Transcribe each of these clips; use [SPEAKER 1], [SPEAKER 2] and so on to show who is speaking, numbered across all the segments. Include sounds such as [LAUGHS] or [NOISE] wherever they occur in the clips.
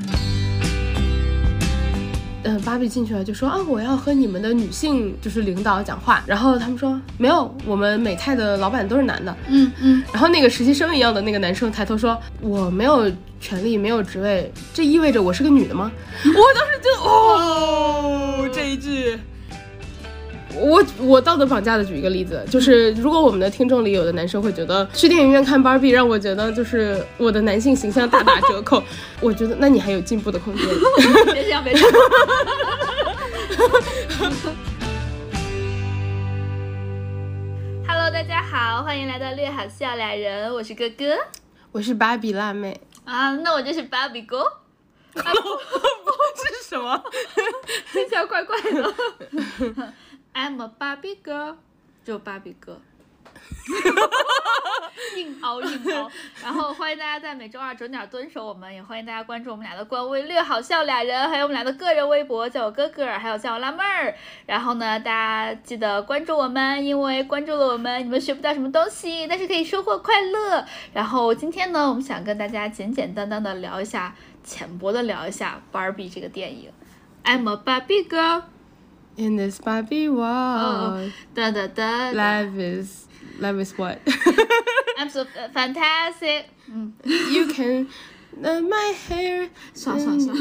[SPEAKER 1] 嗯芭比进去了，就说啊，我要和你们的女性就是领导讲话。然后他们说没有，我们美泰的老板都是男的。
[SPEAKER 2] 嗯嗯，
[SPEAKER 1] 然后那个实习生一样的那个男生抬头说：“我没有权利，没有职位，这意味着我是个女的吗？”我当时就
[SPEAKER 2] 嗯
[SPEAKER 1] 哦，这一
[SPEAKER 2] [LAUGHS]
[SPEAKER 1] 句。我我道德绑架的举一个例子，就是如果我们的听众里有的男生会觉得去电影院看芭比让我觉得就是我的男性形象大打折扣，我觉得那你还有进步的空 [LAUGHS] 间。
[SPEAKER 2] 别这样，别这样。Hello，大家好，欢迎来到略好笑俩人，我是哥哥
[SPEAKER 1] 我是芭比辣 [LAUGHS] 妹，
[SPEAKER 2] 啊，那我就是芭比哥，啊
[SPEAKER 1] 这是什么？
[SPEAKER 2] 听起来怪怪的。I'm a Barbie girl，就芭比哥。硬凹硬凹，然后欢迎大家在每周二准点蹲守我们，也欢迎大家关注我们俩的官微“略好笑俩人”，还有我们俩的个人微博，叫我哥哥，还有叫我辣妹儿。然后呢，大家记得关注我们，因为关注了我们，你们学不到什么东西，但是可以收获快乐。然后今天呢，我们想跟大家简简单单的聊一下，浅薄的聊一下《芭比》这个电影。I'm a Barbie girl，
[SPEAKER 1] In this Barbie world,
[SPEAKER 2] 哒哒哒
[SPEAKER 1] life is life is what [LAUGHS]
[SPEAKER 2] ，I'm so fantastic。嗯，
[SPEAKER 1] you can. Uh, my hair，
[SPEAKER 2] 算算算，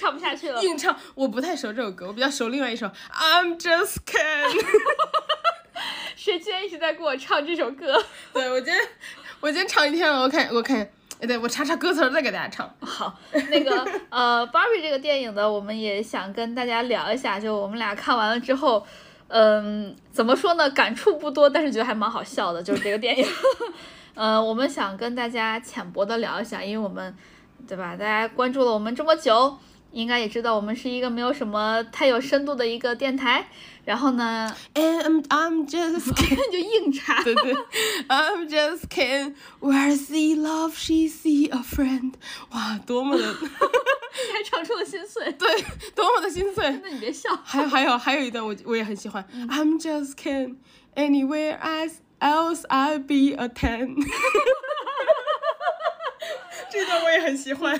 [SPEAKER 2] 唱不下去了。
[SPEAKER 1] 硬唱，我不太熟这首歌，我比较熟另外一首 I'm Just Ken。
[SPEAKER 2] 谁今天一直在给我唱这首歌？
[SPEAKER 1] [LAUGHS] 对我今天我今天唱一天了，我看我看，哎对我查查歌词儿再给大家唱。
[SPEAKER 2] 好，那个呃，《Barbie》这个电影呢，我们也想跟大家聊一下，就我们俩看完了之后，嗯，怎么说呢，感触不多，但是觉得还蛮好笑的，就是这个电影。 [LAUGHS] 呃，我们想跟大家浅薄的聊一下，因为我们，对吧？大家关注了我们这么久，应该也知道我们是一个没有什么太有深度的一个电台。然后呢，
[SPEAKER 1] I'm I'm just Ken，
[SPEAKER 2] [LAUGHS] 就硬插。
[SPEAKER 1] 对对，I'm just Ken。Where see love, she see a friend。哇，多么的 [LAUGHS]
[SPEAKER 2] 还唱出了心碎。
[SPEAKER 1] 对，多么的心碎。
[SPEAKER 2] 那你别笑。 [LAUGHS]
[SPEAKER 1] 还有还有还有一段我我也很喜欢、i m just Ken。Anywhere else else I be a ten 。这段我也很喜欢，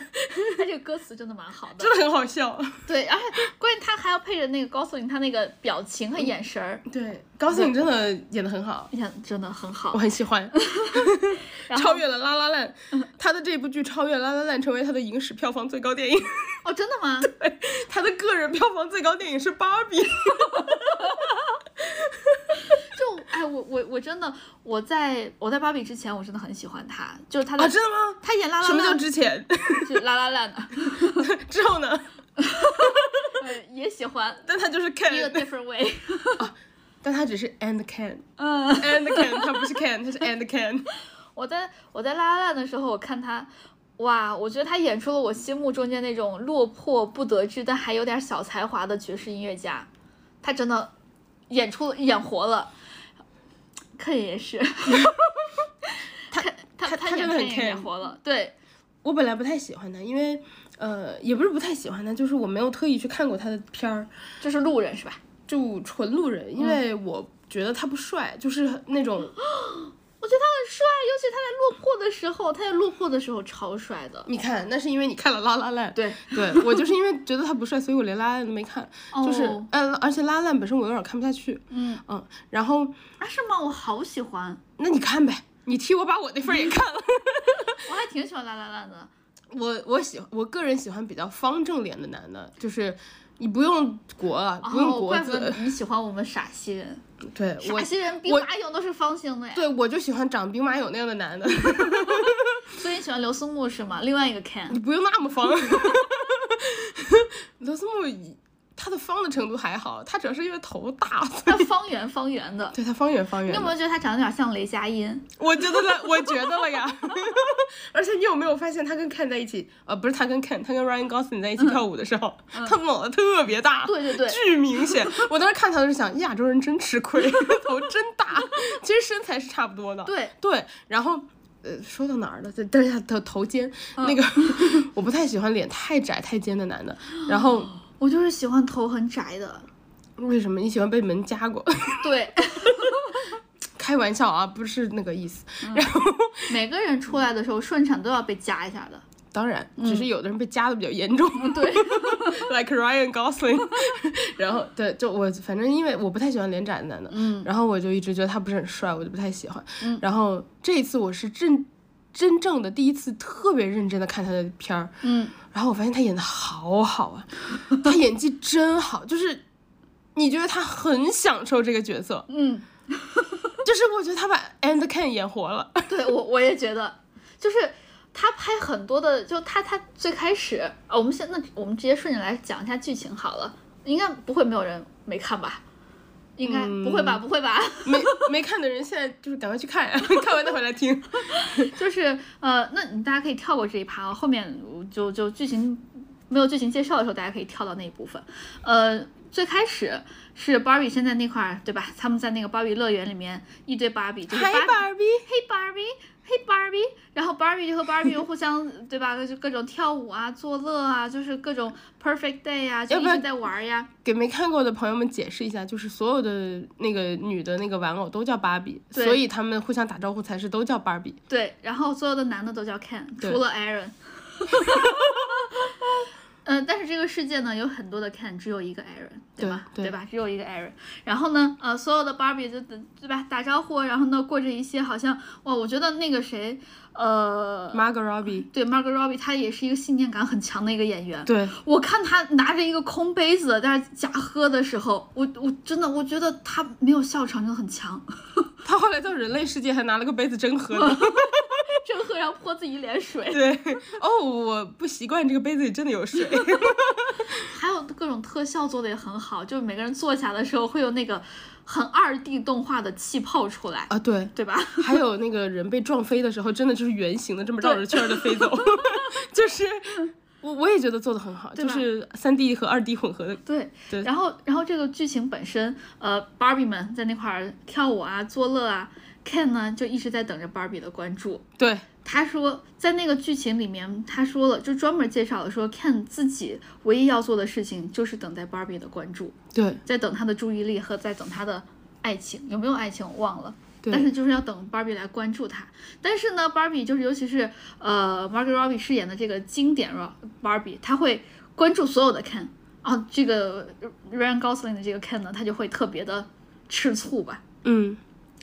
[SPEAKER 2] 他这个歌词真的蛮好
[SPEAKER 1] [LAUGHS]
[SPEAKER 2] 的，
[SPEAKER 1] 真的很好笑。
[SPEAKER 2] 对，而且关键他还要配着那个高诉你他那个表情和眼神儿，
[SPEAKER 1] 对，高兴真的演的很好，
[SPEAKER 2] 演真的很
[SPEAKER 1] 我
[SPEAKER 2] 好。
[SPEAKER 1] 很喜欢，
[SPEAKER 2] 然
[SPEAKER 1] [LAUGHS]
[SPEAKER 2] 后
[SPEAKER 1] 超越了《拉拉烂》，他的这部剧超越《拉拉烂》，成为他的影史票房最高电影。
[SPEAKER 2] 哦，真的吗？
[SPEAKER 1] 他的个人票房最高电影是《芭比》。
[SPEAKER 2] 就哎，我我我真的我在我在芭比之前，我真的很喜欢他，就是他的、
[SPEAKER 1] 啊，真的吗？
[SPEAKER 2] 他演拉拉
[SPEAKER 1] 什么叫
[SPEAKER 2] 烂
[SPEAKER 1] 之前？ [LAUGHS]
[SPEAKER 2] 就拉拉烂的， [LAUGHS]
[SPEAKER 1] 之后呢？
[SPEAKER 2] 呃也喜欢 [LAUGHS]
[SPEAKER 1] 但他就是
[SPEAKER 2] 一个
[SPEAKER 1] Ken，
[SPEAKER 2] different way，
[SPEAKER 1] 但他只是 and Ken，and
[SPEAKER 2] 嗯。
[SPEAKER 1] Ken，他不是 Ken，他是 and Ken。
[SPEAKER 2] 我在我在拉拉烂的时候，我看他，哇，我觉得他演出了我心目中间那种落魄不得志，但还有点小才华的爵士音乐家，他真的演出演活了。Ken 也是， [LAUGHS] 他他
[SPEAKER 1] 嗯他他
[SPEAKER 2] 演
[SPEAKER 1] 真的很
[SPEAKER 2] Ken 也
[SPEAKER 1] Ken
[SPEAKER 2] 演活了，对，
[SPEAKER 1] 我本来不太喜欢他，因为呃，也不是不太喜欢他，就是我没有特意去看过他的片儿。
[SPEAKER 2] 就是路人是吧？
[SPEAKER 1] 就纯路人，因为我觉得他不帅，就是那种
[SPEAKER 2] 我觉得他很帅，尤其他在落魄的时候，他在落魄的时候超帅的。
[SPEAKER 1] 你看，那是因为你看了《拉拉烂》。
[SPEAKER 2] 对，
[SPEAKER 1] 嗯对我就是因为觉得他不帅，所以我连《拉拉烂》都没看。就是
[SPEAKER 2] 哦，
[SPEAKER 1] 呃，而且《拉拉烂》本身我有点看不下去。
[SPEAKER 2] 嗯
[SPEAKER 1] 嗯，然后
[SPEAKER 2] 啊，是吗？我好喜欢，
[SPEAKER 1] 那你看呗，你替我把我那份儿也看了。
[SPEAKER 2] 我还挺喜欢拉拉烂的。
[SPEAKER 1] 我我喜我个人喜欢比较方正脸的男的，就是你不用国啊，不用
[SPEAKER 2] 哦，
[SPEAKER 1] 国
[SPEAKER 2] 怪不
[SPEAKER 1] [LAUGHS]
[SPEAKER 2] 得
[SPEAKER 1] 字。
[SPEAKER 2] 你喜欢我们陕西人。
[SPEAKER 1] 对我
[SPEAKER 2] 陕。西人兵
[SPEAKER 1] 我
[SPEAKER 2] 马俑都是方形的呀。
[SPEAKER 1] 对，我就喜欢长兵马俑那样的男的， [LAUGHS]
[SPEAKER 2] 所以你喜欢刘思慕是吗？另外一个 Ken
[SPEAKER 1] 你不用那么方。 [LAUGHS] 罗斯木，他的方的程度还好，他主要是因为头大， [LAUGHS] 所以
[SPEAKER 2] 他方圆方圆的，
[SPEAKER 1] 对他方圆方圆
[SPEAKER 2] 你
[SPEAKER 1] 的。
[SPEAKER 2] 有没有觉得他长得有点像雷佳音？
[SPEAKER 1] 我觉得了，我觉得了呀。 [LAUGHS] 而且你有没有发现他跟 Ken 在一起？呃，不是他跟 Ken，他跟 Ryan Gosling 在一起跳舞的时候，他脑袋特别大，
[SPEAKER 2] 对对对
[SPEAKER 1] 巨明显。我当时看他的时候想，亚洲人真吃亏， [LAUGHS] 头真大。其实身材是差不多的。
[SPEAKER 2] 对，
[SPEAKER 1] 对，然后。呃，说到哪儿了？但是他的头尖，那个我不太喜欢脸太窄太尖的男的。然 [LAUGHS] 后
[SPEAKER 2] 我就是喜欢头很窄的。
[SPEAKER 1] 为什么你喜欢被门夹过？ [LAUGHS]
[SPEAKER 2] [LAUGHS] 对，
[SPEAKER 1] 开玩笑啊，不是那个意思。然后
[SPEAKER 2] 每个人出来的时候顺产都要被夹一下的。
[SPEAKER 1] 当然，只是有的人被夹的比较严重，
[SPEAKER 2] 嗯对
[SPEAKER 1] [LAUGHS] ，like Ryan
[SPEAKER 2] [LAUGHS]
[SPEAKER 1] Gosling。然后对，就我反正因为我不太喜欢脸窄的男的，
[SPEAKER 2] 嗯，
[SPEAKER 1] 然后我就一直觉得他不是很帅，我就不太喜欢。
[SPEAKER 2] 嗯
[SPEAKER 1] 然后这一次我是真真正的第一次特别认真的看他的片儿，
[SPEAKER 2] 嗯，
[SPEAKER 1] 然后我发现他演的好好
[SPEAKER 2] [LAUGHS]
[SPEAKER 1] 啊，他演技真好，就是你觉得他很享受这个角色，
[SPEAKER 2] 嗯，
[SPEAKER 1] 就是我觉得他把 And Ken 演活了， [LAUGHS]
[SPEAKER 2] 对我我也觉得，就是他拍很多的，就他他最开始，啊，我们现在我们直接顺着来讲一下剧情好了，应该不会没有人没看吧？应该、不会吧？不会吧？
[SPEAKER 1] 没没看的人现在就是赶快去看、啊 [LAUGHS] 看完再回来听。
[SPEAKER 2] 就是呃，那你大家可以跳过这一趴啊，后面我就就剧情没有剧情介绍的时候，大家可以跳到那一部分。呃，最开始是芭比先在那块儿，对吧？他们在那个芭比乐园里面，一堆芭比，就是
[SPEAKER 1] 嗨
[SPEAKER 2] 芭比
[SPEAKER 1] ，Barbie，
[SPEAKER 2] 嘿 Barbie，嘿 Barbie，然后 Barbie 和 Barbie 又互相对吧，就各种跳舞啊、作乐啊，就是各种 perfect day 啊，就
[SPEAKER 1] 要
[SPEAKER 2] 一
[SPEAKER 1] 不要
[SPEAKER 2] 直在玩儿呀。
[SPEAKER 1] 给没看过的朋友们解释一下，就是所有的那个女的那个玩偶都叫芭比，
[SPEAKER 2] 对
[SPEAKER 1] 所以他们互相打招呼才是都叫芭比。
[SPEAKER 2] 对，然后所有的男的都叫 Ken，除
[SPEAKER 1] 对
[SPEAKER 2] 了 Aaron。嗯，但是这个世界呢，有很多的 Ken，只有一个 Aaron，
[SPEAKER 1] 对
[SPEAKER 2] 吧？对
[SPEAKER 1] 对
[SPEAKER 2] 吧？只有一个 Aaron。然后呢，呃，所有的 Barbie 就对吧打招呼，然后呢过着一些好像哇，我觉得那个谁，呃，
[SPEAKER 1] Margot
[SPEAKER 2] [LAUGHS]
[SPEAKER 1] Robbie，
[SPEAKER 2] 对 Margot Robbie，她也是一个信念感很强的一个演员。
[SPEAKER 1] 对，
[SPEAKER 2] 我看他拿着一个空杯子在那假喝的时候，我我真的我觉得他没有笑场真的很强， [LAUGHS]
[SPEAKER 1] 她后来到人类世界还拿了个杯子真喝呢。
[SPEAKER 2] 真喝然后泼自己一脸水，
[SPEAKER 1] 对，哦，我不习惯这个杯子里真的有
[SPEAKER 2] [LAUGHS]
[SPEAKER 1] 水。
[SPEAKER 2] 还有各种特效做的也很好，就是每个人坐下的时候会有那个很二 D 动画的气泡出来，
[SPEAKER 1] 啊，对，
[SPEAKER 2] 对吧？
[SPEAKER 1] 还有那个人被撞飞的时候，真的就是圆形的这么绕着圈的飞走， [LAUGHS] 就是我我也觉得做的很好，
[SPEAKER 2] 对
[SPEAKER 1] 就
[SPEAKER 2] 吧
[SPEAKER 1] 是三 D 和二 D 混合的。
[SPEAKER 2] 对，
[SPEAKER 1] 对
[SPEAKER 2] 然后然后这个剧情本身，呃芭比们在那块儿跳舞啊、作乐啊，Ken 呢就一直在等着芭比的关注，
[SPEAKER 1] 对，
[SPEAKER 2] 他说，在那个剧情里面，他说了，就专门介绍了说，Ken 自己唯一要做的事情就是等待 Barbie 的关注，
[SPEAKER 1] 对，
[SPEAKER 2] 在等他的注意力和在等他的爱情，有没有爱情我忘了，
[SPEAKER 1] 对
[SPEAKER 2] 但是就是要等 Barbie 来关注他。但是呢，Barbie 就是尤其是呃 Margot Robbie 饰演的这个经典 Ro- Barbie，她会关注所有的 Ken 啊，这个 Ryan Gosling 的这个 Ken 呢，他就会特别的吃醋吧，
[SPEAKER 1] 嗯，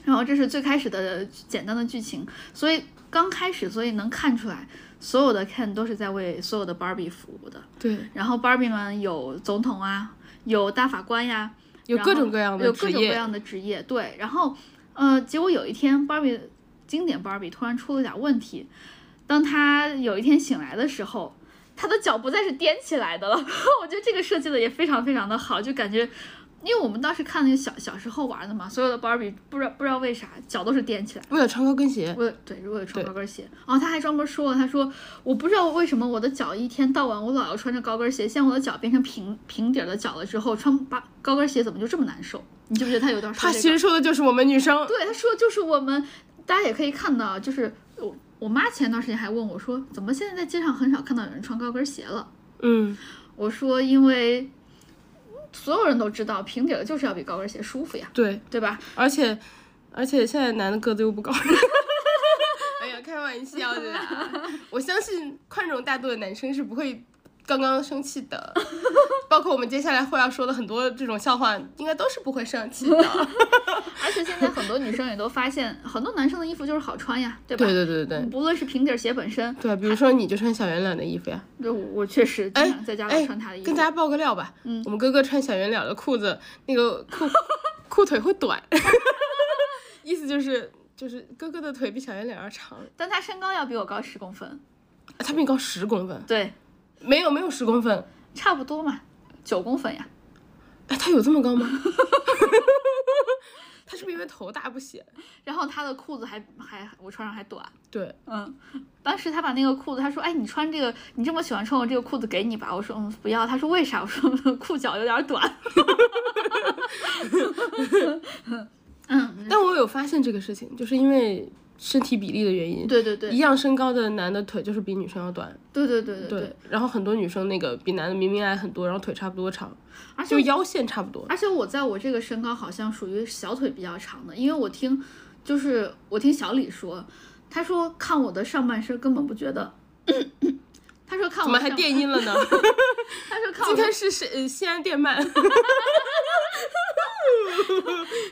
[SPEAKER 2] 然后这是最开始的简单的剧情，所以刚开始，所以能看出来，所有的 Ken 都是在为所有的 Barbie 服务的。
[SPEAKER 1] 对，
[SPEAKER 2] 然后 Barbie 们有总统啊，有大法官呀，
[SPEAKER 1] 有各种各样的
[SPEAKER 2] 有各
[SPEAKER 1] 职
[SPEAKER 2] 种各
[SPEAKER 1] 业，
[SPEAKER 2] 样的职业。对，然后呃，结果有一天，Barbie 经典 Barbie 突然出了点问题，当他有一天醒来的时候。他的脚不再是踮起来的了， [LAUGHS] 我觉得这个设计的也非常非常的好，就感觉，因为我们当时看那个小小时候玩的嘛，所有的 Barbie 不知道不知道为啥脚都是踮起来的，
[SPEAKER 1] 为了穿高跟鞋。
[SPEAKER 2] 为对，如果有穿
[SPEAKER 1] 对
[SPEAKER 2] 高跟鞋，然后他还专门说了，他说我不知道为什么我的脚一天到晚我老要穿着高跟鞋，现在我的脚变成平平底儿的脚了之后，穿把高跟鞋怎么就这么难受？你觉不觉得他有点说
[SPEAKER 1] 他
[SPEAKER 2] 这
[SPEAKER 1] 其
[SPEAKER 2] 个？
[SPEAKER 1] 实说的就是我们女生，
[SPEAKER 2] 对，他说的就是我们，大家也可以看到，就是我我妈前段时间还问我说，怎么现在在街上很少看到有人穿高跟鞋了？
[SPEAKER 1] 嗯，
[SPEAKER 2] 我说因为嗯所有人都知道平底儿的就是要比高跟鞋舒服呀，
[SPEAKER 1] 对，
[SPEAKER 2] 对吧？
[SPEAKER 1] 而且而且现在男的个子又不高。 [LAUGHS] 哎呀，开玩笑的啦！我相信宽容大度的男生是不会刚刚生气的，包括我们接下来会要说的很多这种笑话，应该都是不会生气的。
[SPEAKER 2] 而且现在很多女生也都发现，很多男生的衣服就是好穿呀，对
[SPEAKER 1] [LAUGHS]
[SPEAKER 2] 吧？
[SPEAKER 1] 对对对
[SPEAKER 2] 不论是平底儿鞋本身，
[SPEAKER 1] 对，啊比如说你就穿小圆脸的衣服呀，
[SPEAKER 2] 就我我确实经
[SPEAKER 1] 哎
[SPEAKER 2] 常嗯在家里
[SPEAKER 1] 哎
[SPEAKER 2] 穿他的衣，服，嗯
[SPEAKER 1] 跟大家爆个料吧，我们哥哥穿小圆脸的裤子，那个
[SPEAKER 2] [LAUGHS]
[SPEAKER 1] 裤裤腿会短， [LAUGHS] 意思就是就是哥哥的腿比小圆脸要
[SPEAKER 2] [LAUGHS]
[SPEAKER 1] 长，哎
[SPEAKER 2] 但他身高要比我高十公分，
[SPEAKER 1] 他比你高十公分，
[SPEAKER 2] 对，
[SPEAKER 1] 没有没有十公分，
[SPEAKER 2] 差不多嘛，九公分呀。
[SPEAKER 1] 哎，他有这么高
[SPEAKER 2] [LAUGHS]
[SPEAKER 1] 吗？ [LAUGHS] 他是不是因为头大不显？
[SPEAKER 2] 然后他的裤子还还我穿上还短，
[SPEAKER 1] 对，
[SPEAKER 2] 嗯，当时他把那个裤子，他说，哎，你穿这个，你这么喜欢穿，我这个裤子给你吧。我说，嗯，不要。他说为啥？我说裤脚有点
[SPEAKER 1] [LAUGHS]
[SPEAKER 2] 短。 [LAUGHS] 嗯，
[SPEAKER 1] 但我有发现这个事情，就是因为身体比例的原因，
[SPEAKER 2] 对对
[SPEAKER 1] 一
[SPEAKER 2] 对
[SPEAKER 1] 样身高的男的腿就是比女生要短，
[SPEAKER 2] 对对对对
[SPEAKER 1] 对，
[SPEAKER 2] 对，
[SPEAKER 1] 然后很多女生那个比男的明明矮很多，然后腿差不多长，
[SPEAKER 2] 而且
[SPEAKER 1] 就腰线差不多。
[SPEAKER 2] 而且我在我这个身高好像属于小腿比较长的，因为我听，就是我听小李说，他说看我的上半身根本不觉得，看
[SPEAKER 1] 怎
[SPEAKER 2] 我
[SPEAKER 1] 么还
[SPEAKER 2] 上
[SPEAKER 1] 电音了呢？
[SPEAKER 2] 他说看
[SPEAKER 1] [LAUGHS] 今
[SPEAKER 2] 我上
[SPEAKER 1] 天是 [LAUGHS] 是呃西安电鳗，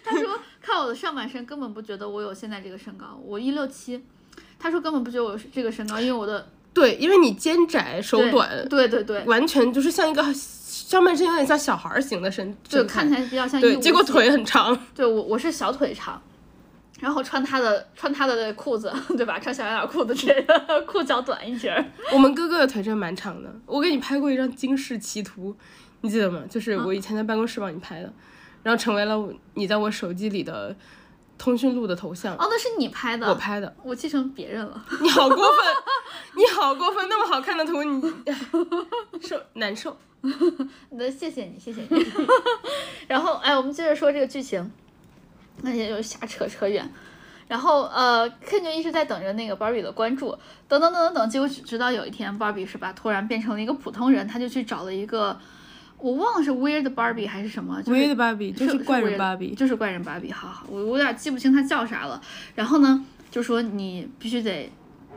[SPEAKER 2] 他说看我的上半身根本不觉得我有现在这个身高，我一六七，他说根本不觉得我有这个身高，因为我
[SPEAKER 1] [LAUGHS]
[SPEAKER 2] 的
[SPEAKER 1] 对，因为你肩窄手
[SPEAKER 2] 对
[SPEAKER 1] 短，
[SPEAKER 2] 对对对，
[SPEAKER 1] 完全就是像一个上半身有点像小孩儿型的身，
[SPEAKER 2] 就
[SPEAKER 1] 身材
[SPEAKER 2] 看起来比较像一
[SPEAKER 1] 对，
[SPEAKER 2] 五
[SPEAKER 1] 结果
[SPEAKER 2] 七
[SPEAKER 1] 腿很长，
[SPEAKER 2] 对我我是小腿长，然后穿他的穿他的裤子， [LAUGHS] 对吧？穿小羊点裤子之类的， [LAUGHS] 裤脚短一截儿。
[SPEAKER 1] 我们哥哥的腿真蛮长的，我给你拍过一张惊世奇图，你记得吗？就是我以前在办公室帮你拍的，然后成为了我你在我手机里的通讯录的头像，
[SPEAKER 2] 哦，那是你拍的，
[SPEAKER 1] 我，拍的。
[SPEAKER 2] 我继承别人了。
[SPEAKER 1] 你好过分，你好过分，那么好看的图你 [LAUGHS] 受难受。
[SPEAKER 2] [LAUGHS] 那谢谢你，谢谢 [LAUGHS] 你。然后，哎，我们接着说这个剧情，那也就瞎扯扯远。然后，呃，Ken 就一直在等着那个 Barbie 的关注，等等等等等，结果直直到有一天，Barbie 是吧，突然变成了一个普通人，他就去找了一个，我忘了是 Weird Barbie 还是什么，就是
[SPEAKER 1] Weird Barbie 就是怪人 Barbie，
[SPEAKER 2] 就是怪人芭比。好好，我我有点记不清他叫啥了。然后呢，就说你必须得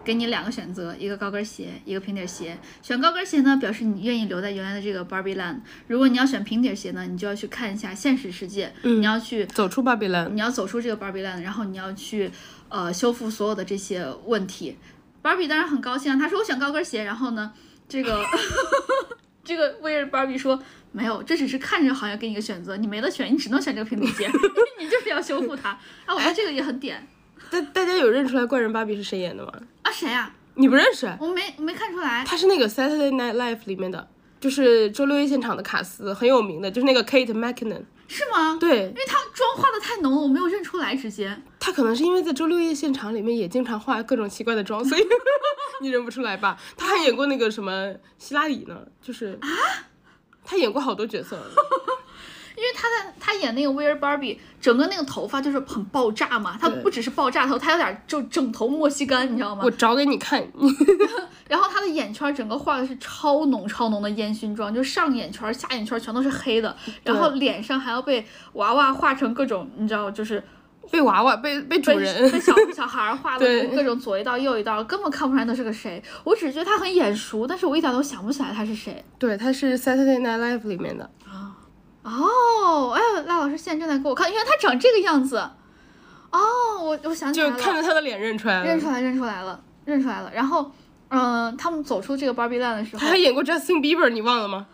[SPEAKER 2] 给你两个选择，一个高跟鞋，一个平底鞋。选高跟鞋呢，表示你愿意留在原来的这个 Barbie Land；如果你要选平底鞋呢，你就要去看一下现实世界，
[SPEAKER 1] 嗯
[SPEAKER 2] 你要去
[SPEAKER 1] 走出 Barbie Land，
[SPEAKER 2] 你要走出这个 Barbie Land，然后你要去呃修复所有的这些问题。Barbie 当然很高兴啊，她说我选高跟鞋，然后呢，这个 [LAUGHS] 这个威尔 Barbie 说没有，这只是看着好像给你个选择，你没得选，你只能选这个平底鞋，你就是要修复它。啊，我觉得这个也很点
[SPEAKER 1] 大大家有认出来怪人芭比是谁演的吗？
[SPEAKER 2] 啊，谁啊？
[SPEAKER 1] 你不认识？
[SPEAKER 2] 我没我没看出来。
[SPEAKER 1] 他是那个 Saturday Night Live 里面的，就是周六夜现场的卡斯，很有名的，就是那个 Kate McKinnon。
[SPEAKER 2] 是吗？
[SPEAKER 1] 对
[SPEAKER 2] 因为他妆化的太浓了，我没有认出来，直接。
[SPEAKER 1] 他可能是因为在周六夜现场里面也经常化各种奇怪的妆，所以 [LAUGHS] 你认不出来吧？他还演过那个什么希拉里呢，就是啊，他演过好多角色。
[SPEAKER 2] 因为他在他演那个威尔芭比，整个那个头发就是很爆炸嘛，他
[SPEAKER 1] 对
[SPEAKER 2] 不只是爆炸头，他有点就整头莫西干，你知道
[SPEAKER 1] [LAUGHS]
[SPEAKER 2] 吗
[SPEAKER 1] 我？找给你看，你
[SPEAKER 2] 然后他的眼圈整个画的是超浓超浓的烟熏妆，就上眼圈、下眼圈全都是黑的，然后脸上还要被娃娃画成各种，你知道，就是
[SPEAKER 1] 被娃娃被被主
[SPEAKER 2] 被
[SPEAKER 1] 人
[SPEAKER 2] 被小 [LAUGHS] 小孩儿画的
[SPEAKER 1] 对
[SPEAKER 2] 各种左一道右一道，根本看不出来那是个谁。我只是觉得他很眼熟，但是我一点都想不起来他是谁。
[SPEAKER 1] 对，他是 Saturday Night Live 里面的，
[SPEAKER 2] 哦，哎呦，赖老师现在正在给我看，原来他长这个样子。哦，我我想起来
[SPEAKER 1] 就
[SPEAKER 2] 了，
[SPEAKER 1] 看着他的脸认出来
[SPEAKER 2] 认出
[SPEAKER 1] 了。
[SPEAKER 2] 来，认出来了，认出来了。然后，嗯、他们走出这个 Barbie Land 的时
[SPEAKER 1] 他
[SPEAKER 2] 候
[SPEAKER 1] 还，演过 Justin Bieber，你忘了 [LAUGHS] 吗？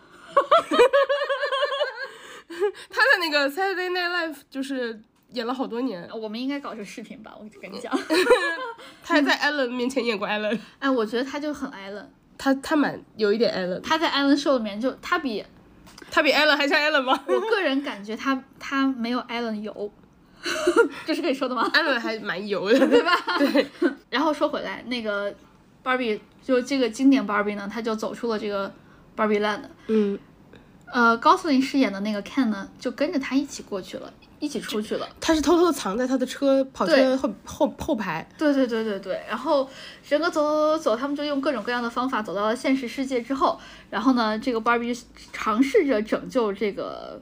[SPEAKER 1] 他在那个 Saturday Night Live 就是演了好多年，
[SPEAKER 2] 我们应该搞成视频吧，我跟你讲。
[SPEAKER 1] [LAUGHS] 他还在 Ellen 面前演过 Ellen，
[SPEAKER 2] 哎，我觉得他就很 Allen，
[SPEAKER 1] 他他蛮有一点 Ellen，
[SPEAKER 2] 他在 Allen Show 里面就他比
[SPEAKER 1] 他比 Ellen 还像 Ellen 吗
[SPEAKER 2] 我个人感觉他他没有 Allen 油， [LAUGHS] 这是可以说的吗？
[SPEAKER 1] ？Ellen 还蛮油的，对吧？ [LAUGHS] 对，
[SPEAKER 2] 然后说回来，那个 Barbie 就这个经典 Barbie 呢，他就走出了这个 Barbie Land。
[SPEAKER 1] 嗯，
[SPEAKER 2] 呃，高司令饰演的那个 Ken 呢，就跟着他一起过去了，一起出去了。
[SPEAKER 1] 他是偷偷藏在他的车跑
[SPEAKER 2] 对
[SPEAKER 1] 车后后后排，
[SPEAKER 2] 对对对对对，然后整个走走走走，他们就用各种各样的方法走到了现实世界之后，然后呢，这个 Barbie 尝试着拯救这个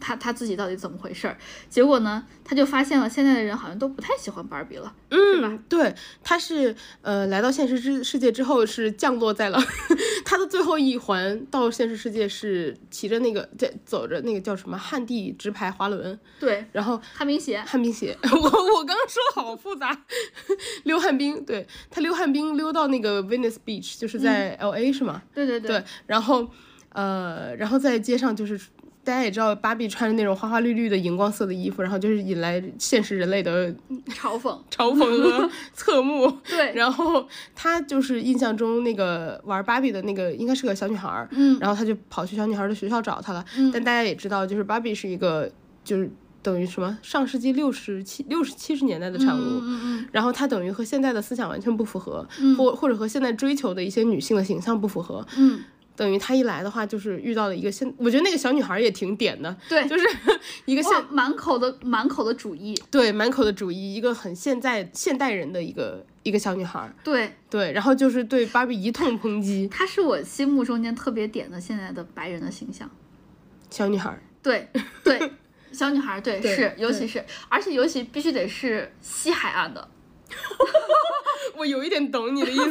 [SPEAKER 2] 他他自己到底怎么回事儿，结果呢，他就发现了现在的人好像都不太喜欢 Barbie 了，
[SPEAKER 1] 嗯，对，他是呃来到现实之世界之后是降落在了 [LAUGHS] 他的最后一环到现实世界是骑着那个在走着那个叫什么旱地直排滑轮，
[SPEAKER 2] 对，
[SPEAKER 1] 然后
[SPEAKER 2] 旱冰鞋，
[SPEAKER 1] 旱冰鞋， [LAUGHS] 我我刚刚说的好复杂，溜旱冰，对他溜旱冰溜到那个 Venice Beach，就是在 L A、是吗？
[SPEAKER 2] 对对对
[SPEAKER 1] 嗯对，然后呃，然后在街上就是大家也知道，芭比穿着那种花花绿绿的荧光色的衣服，然后就是引来现实人类的
[SPEAKER 2] 嘲
[SPEAKER 1] [LAUGHS]
[SPEAKER 2] 讽，
[SPEAKER 1] 嘲讽和侧目。
[SPEAKER 2] 对，
[SPEAKER 1] 然后她就是印象中那个玩芭比的那个应该是个小女孩儿，
[SPEAKER 2] 嗯
[SPEAKER 1] 然后她就跑去小女孩儿的学校找她了。
[SPEAKER 2] 嗯
[SPEAKER 1] 但大家也知道，就是芭比是一个就是等于什么上世纪六十七六十七十年代的产物，
[SPEAKER 2] 嗯嗯嗯，
[SPEAKER 1] 然后它等于和现在的思想完全不符合，
[SPEAKER 2] 嗯
[SPEAKER 1] 或或者和现在追求的一些女性的形象不符合。
[SPEAKER 2] 嗯，
[SPEAKER 1] 等于她一来的话，就是遇到了一个现，我觉得那个小女孩儿也挺点的， [LAUGHS]
[SPEAKER 2] 对
[SPEAKER 1] 就是一个现
[SPEAKER 2] 哇，满口的满口的主意，
[SPEAKER 1] 对满口的主义，一个很现在现代人的一个一个小女孩儿，
[SPEAKER 2] 对，
[SPEAKER 1] 对，然后就是对芭比一通抨击，
[SPEAKER 2] 她是我心目中间特别点的现在的白人的形象。
[SPEAKER 1] 小女孩 [LAUGHS] 儿，
[SPEAKER 2] 对
[SPEAKER 1] [LAUGHS]
[SPEAKER 2] 对，小女孩儿对
[SPEAKER 1] 对
[SPEAKER 2] 是，尤其
[SPEAKER 1] 对
[SPEAKER 2] 是而且尤其必须得是西海岸的，
[SPEAKER 1] 我有一点懂你的意思，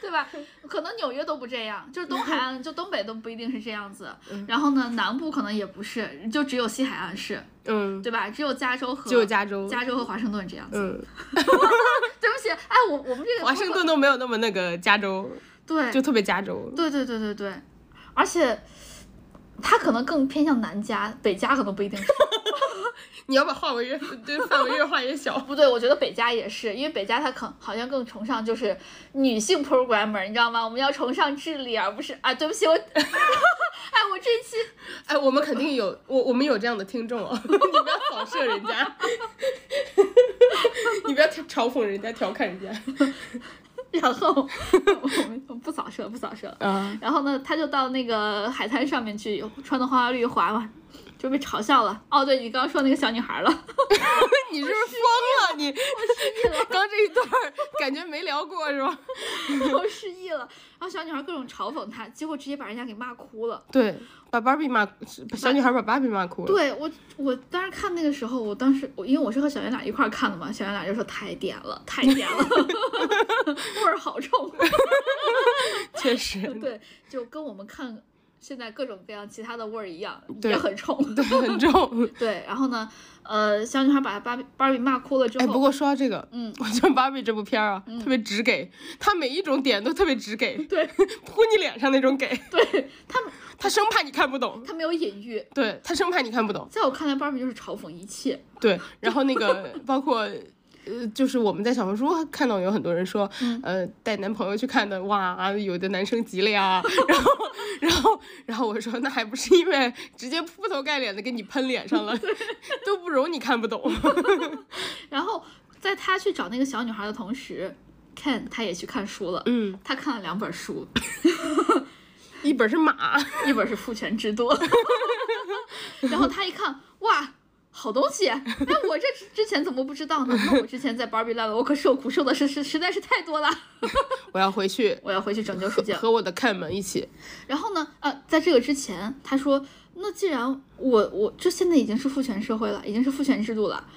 [SPEAKER 2] 对吧？可能纽约都不这样，就是东海岸，就东北都不一定是这
[SPEAKER 1] [LAUGHS]
[SPEAKER 2] 样子。
[SPEAKER 1] 嗯
[SPEAKER 2] 然后呢，南部可能也不是，就只有西海岸是，
[SPEAKER 1] [LAUGHS] 嗯，
[SPEAKER 2] 对吧？只有加州和
[SPEAKER 1] 只有加州，
[SPEAKER 2] 加州和华盛顿这样子。
[SPEAKER 1] 嗯，
[SPEAKER 2] 对不起，哎，我我们这个
[SPEAKER 1] 华盛顿都没有那么那个加州，
[SPEAKER 2] 对
[SPEAKER 1] 就特别加州。
[SPEAKER 2] 对对对对对，而且它可能更偏向南加，北加可能不一定是。
[SPEAKER 1] 你要把范围越对范围越画越小。
[SPEAKER 2] [LAUGHS] 不对，我觉得北加也是，因为北加它可好像更崇尚就是女性 programmer，你知道吗？我们要崇尚智力，而不是啊，对不起我， [LAUGHS] 哎，我这一期
[SPEAKER 1] 哎，我们肯定有我我们有这样的听众哦， [LAUGHS] 你不要扫射人家， [LAUGHS] 你不要嘲讽人家、调侃人家
[SPEAKER 2] 然后我们我们不扫射，不扫射。
[SPEAKER 1] 啊。
[SPEAKER 2] 然后呢，他就到那个海滩上面去，穿的花花绿绿滑嘛，就被嘲笑了。哦，对你刚刚说那个小女孩
[SPEAKER 1] [LAUGHS]
[SPEAKER 2] 了，[LAUGHS]
[SPEAKER 1] 你是不是疯了？你
[SPEAKER 2] 失忆了，
[SPEAKER 1] 刚这一段儿感觉没聊过是吧？
[SPEAKER 2] 我失忆了。然后小女孩各种嘲讽他，结果直接把人家给骂哭了。
[SPEAKER 1] 对，把芭比骂，小女孩把芭比骂哭了。
[SPEAKER 2] 对我，我当时看那个时候，我当时我因为我是和小圆脸一块儿看的嘛，小圆脸就说太点了，太点了， [LAUGHS] 味儿
[SPEAKER 1] [LAUGHS]
[SPEAKER 2] 好重。
[SPEAKER 1] 确实，
[SPEAKER 2] 对，就跟我们看现在各种各样其他的味儿一样，
[SPEAKER 1] 对
[SPEAKER 2] 也很重。
[SPEAKER 1] [LAUGHS] 对，很重。
[SPEAKER 2] 对，然后呢，呃，小女孩把芭比芭比骂哭了之后，
[SPEAKER 1] 哎，不过说到这个，
[SPEAKER 2] 嗯，
[SPEAKER 1] 我觉得《芭比》这部片儿啊，特别直给，他每一种点都特别直给，对，扑你脸上那种给，
[SPEAKER 2] 对她
[SPEAKER 1] 他生怕你看不懂，
[SPEAKER 2] 她没有隐喻，
[SPEAKER 1] 对他生怕你看不懂，
[SPEAKER 2] 在我看来，芭比就是嘲讽一切。
[SPEAKER 1] [LAUGHS] 对。然后那个包括呃，就是我们在小红书看到有很多人说，呃，带男朋友去看的，哇，有的男生急了呀， [LAUGHS] 然后然后然后我说那还不是因为直接铺头盖脸的给你喷脸上了，都不容你看不懂，
[SPEAKER 2] 然后在她去找那个小女孩的同时，Ken 他也去看书了。
[SPEAKER 1] [LAUGHS] 嗯，
[SPEAKER 2] 他看了两本书，
[SPEAKER 1] 一本是 [LAUGHS] 马，
[SPEAKER 2] 一本是《父权之多》， [LAUGHS] 然后他一看，哇，好东西！哎，我这之之前怎么不知道呢？那我之前在 Barbie Land 我可受苦受的是是实在是太多了，
[SPEAKER 1] 我要回去
[SPEAKER 2] 我要回去拯救世界。
[SPEAKER 1] 和我的看们一起，
[SPEAKER 2] 然后呢，呃，在这个之前，他说，那既然我我这现在已经是父权社会了，已经是父权制度了，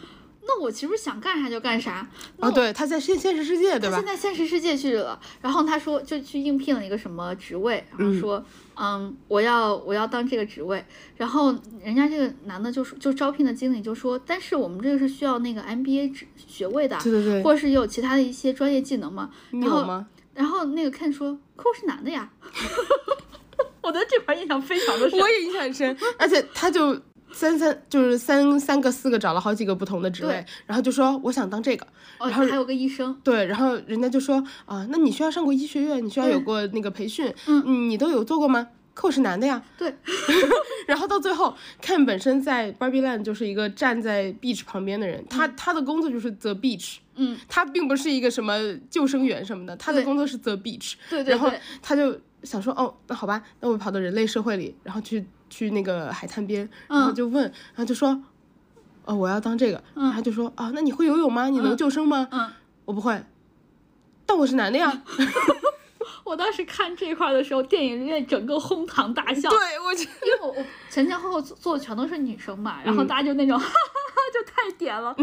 [SPEAKER 2] 那我岂不是想干啥就干啥？那
[SPEAKER 1] 啊，
[SPEAKER 2] 我
[SPEAKER 1] 对，他在现现实世界，对吧
[SPEAKER 2] 哦现？在现实世界去了，然后他说就去应聘了一个什么职位，然后说，嗯，我要我要当这个职位，然后人家这个男的就说，就招聘的经理就说，但是我们这个是需要那个 MBA 职学位的，
[SPEAKER 1] 对对对，
[SPEAKER 2] 或者是有其他的一些专业技能嘛。
[SPEAKER 1] 你
[SPEAKER 2] 然
[SPEAKER 1] 有
[SPEAKER 2] 后
[SPEAKER 1] 吗？
[SPEAKER 2] 然后那个 Ken 说，可我是男的呀， [LAUGHS] 我对这盘印象非常的深，
[SPEAKER 1] 我
[SPEAKER 2] [LAUGHS]
[SPEAKER 1] 也印象很深，而且他就三三就是三三个四个找了好几个不同的职位
[SPEAKER 2] 对，
[SPEAKER 1] 然后就说我想当这个，
[SPEAKER 2] 哦，
[SPEAKER 1] 然后
[SPEAKER 2] 还有个医生，
[SPEAKER 1] 对，然后人家就说啊，那你需要上过医学院，你需要有过那个培训，嗯，你都有做过吗？可我是男的呀， [LAUGHS]
[SPEAKER 2] 对，
[SPEAKER 1] 然后到最后，Ken 本身在 Barbie Land 就是一个站在 beach 旁边的人，他他的工作就是 the beach，
[SPEAKER 2] 嗯，
[SPEAKER 1] 他并不是一个什么救生员什么的，他的
[SPEAKER 2] 对
[SPEAKER 1] 工作是 the beach，
[SPEAKER 2] 对对
[SPEAKER 1] 然后
[SPEAKER 2] 对
[SPEAKER 1] 他就想说，哦，那好吧，那我跑到人类社会里，然后去去那个海滩边，然
[SPEAKER 2] 嗯
[SPEAKER 1] 后就问，然后就说，哦，我要当这个，然后他就说，啊，那你会游泳吗？你能救生吗？
[SPEAKER 2] 嗯，
[SPEAKER 1] 我不会，但我是男的
[SPEAKER 2] [LAUGHS]
[SPEAKER 1] 呀。
[SPEAKER 2] 我当时看这块儿的时候，电影院整个哄堂大笑，
[SPEAKER 1] 对，我就
[SPEAKER 2] 因为我我前前后后坐坐的全都是女生嘛，
[SPEAKER 1] 嗯
[SPEAKER 2] 然后大家就那种、哈 [LAUGHS] 哈哈，就太点了。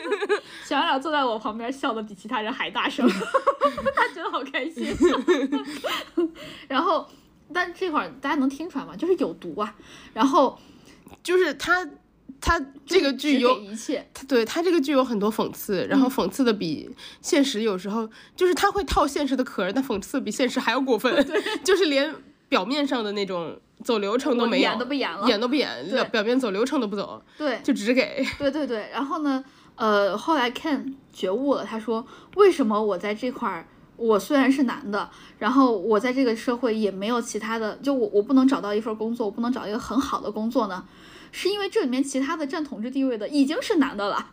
[SPEAKER 2] [LAUGHS] 小杨俩坐在我旁边笑的比其他人还大声， [LAUGHS] 他觉得好开心。 [LAUGHS] 然后，但这会儿大家能听出来吗？就是有毒啊。然后
[SPEAKER 1] [LAUGHS] 就是他他这个
[SPEAKER 2] 只
[SPEAKER 1] 剧有
[SPEAKER 2] 给嗯一切，
[SPEAKER 1] 他对他这个剧有很多讽刺，然后讽刺的比现实有时候、就是他会套现实的壳儿，但讽刺比现实还要过分，就是连表面上的那种走流程都没有，
[SPEAKER 2] 我演都不演了
[SPEAKER 1] 演都不演，
[SPEAKER 2] 啊对
[SPEAKER 1] 表表面走流程都不走，
[SPEAKER 2] 对
[SPEAKER 1] 就只
[SPEAKER 2] [LAUGHS]
[SPEAKER 1] 给。
[SPEAKER 2] 对对对。然后呢，呃，后来 Ken 觉悟了，他说：“为什么我在这块儿？”我虽然是男的，然后我在这个社会也没有其他的，就我我不能找到一份工作，我不能找一个很好的工作呢，是因为这里面其他的占统治地位的已经是男的了。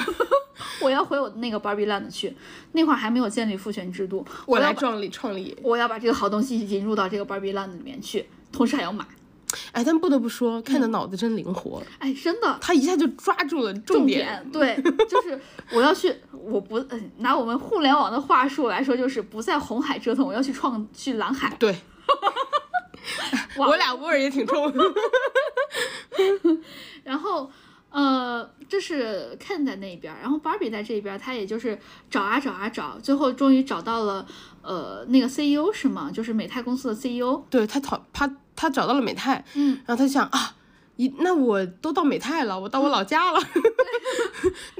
[SPEAKER 2] [LAUGHS] 我要回我那个 Barbie Land 去，那会儿还没有建立父权制度，
[SPEAKER 1] 我
[SPEAKER 2] 要
[SPEAKER 1] 来
[SPEAKER 2] 把
[SPEAKER 1] 创立创立，
[SPEAKER 2] 我要把这个好东西引入到这个 Barbie Land 里面去，同时还要买。
[SPEAKER 1] 哎，但不得不说，看
[SPEAKER 2] 嗯
[SPEAKER 1] 的脑子真灵活，
[SPEAKER 2] 哎，真的，
[SPEAKER 1] 他一下就抓住了重
[SPEAKER 2] 重
[SPEAKER 1] 点。
[SPEAKER 2] 对，就是我要去，我不、呃、拿我们互联网的话术来说，就是不在红海折腾，我要去创去蓝海。 [LAUGHS]
[SPEAKER 1] 对，
[SPEAKER 2] 哇
[SPEAKER 1] 我俩味儿也挺重。
[SPEAKER 2] 然后，嗯、呃，这是 Ken 在那边儿，然后 Barbie 在这边儿，他也就是找啊找啊找，最后终于找到了，呃，那个 CEO 是吗？就是美泰公司的 E CEO。
[SPEAKER 1] [LAUGHS] 对他讨他他找到了美泰，
[SPEAKER 2] 嗯，
[SPEAKER 1] 然后他就想啊，一那我都到美泰了，我到我老家
[SPEAKER 2] [LAUGHS]
[SPEAKER 1] 了， [LAUGHS]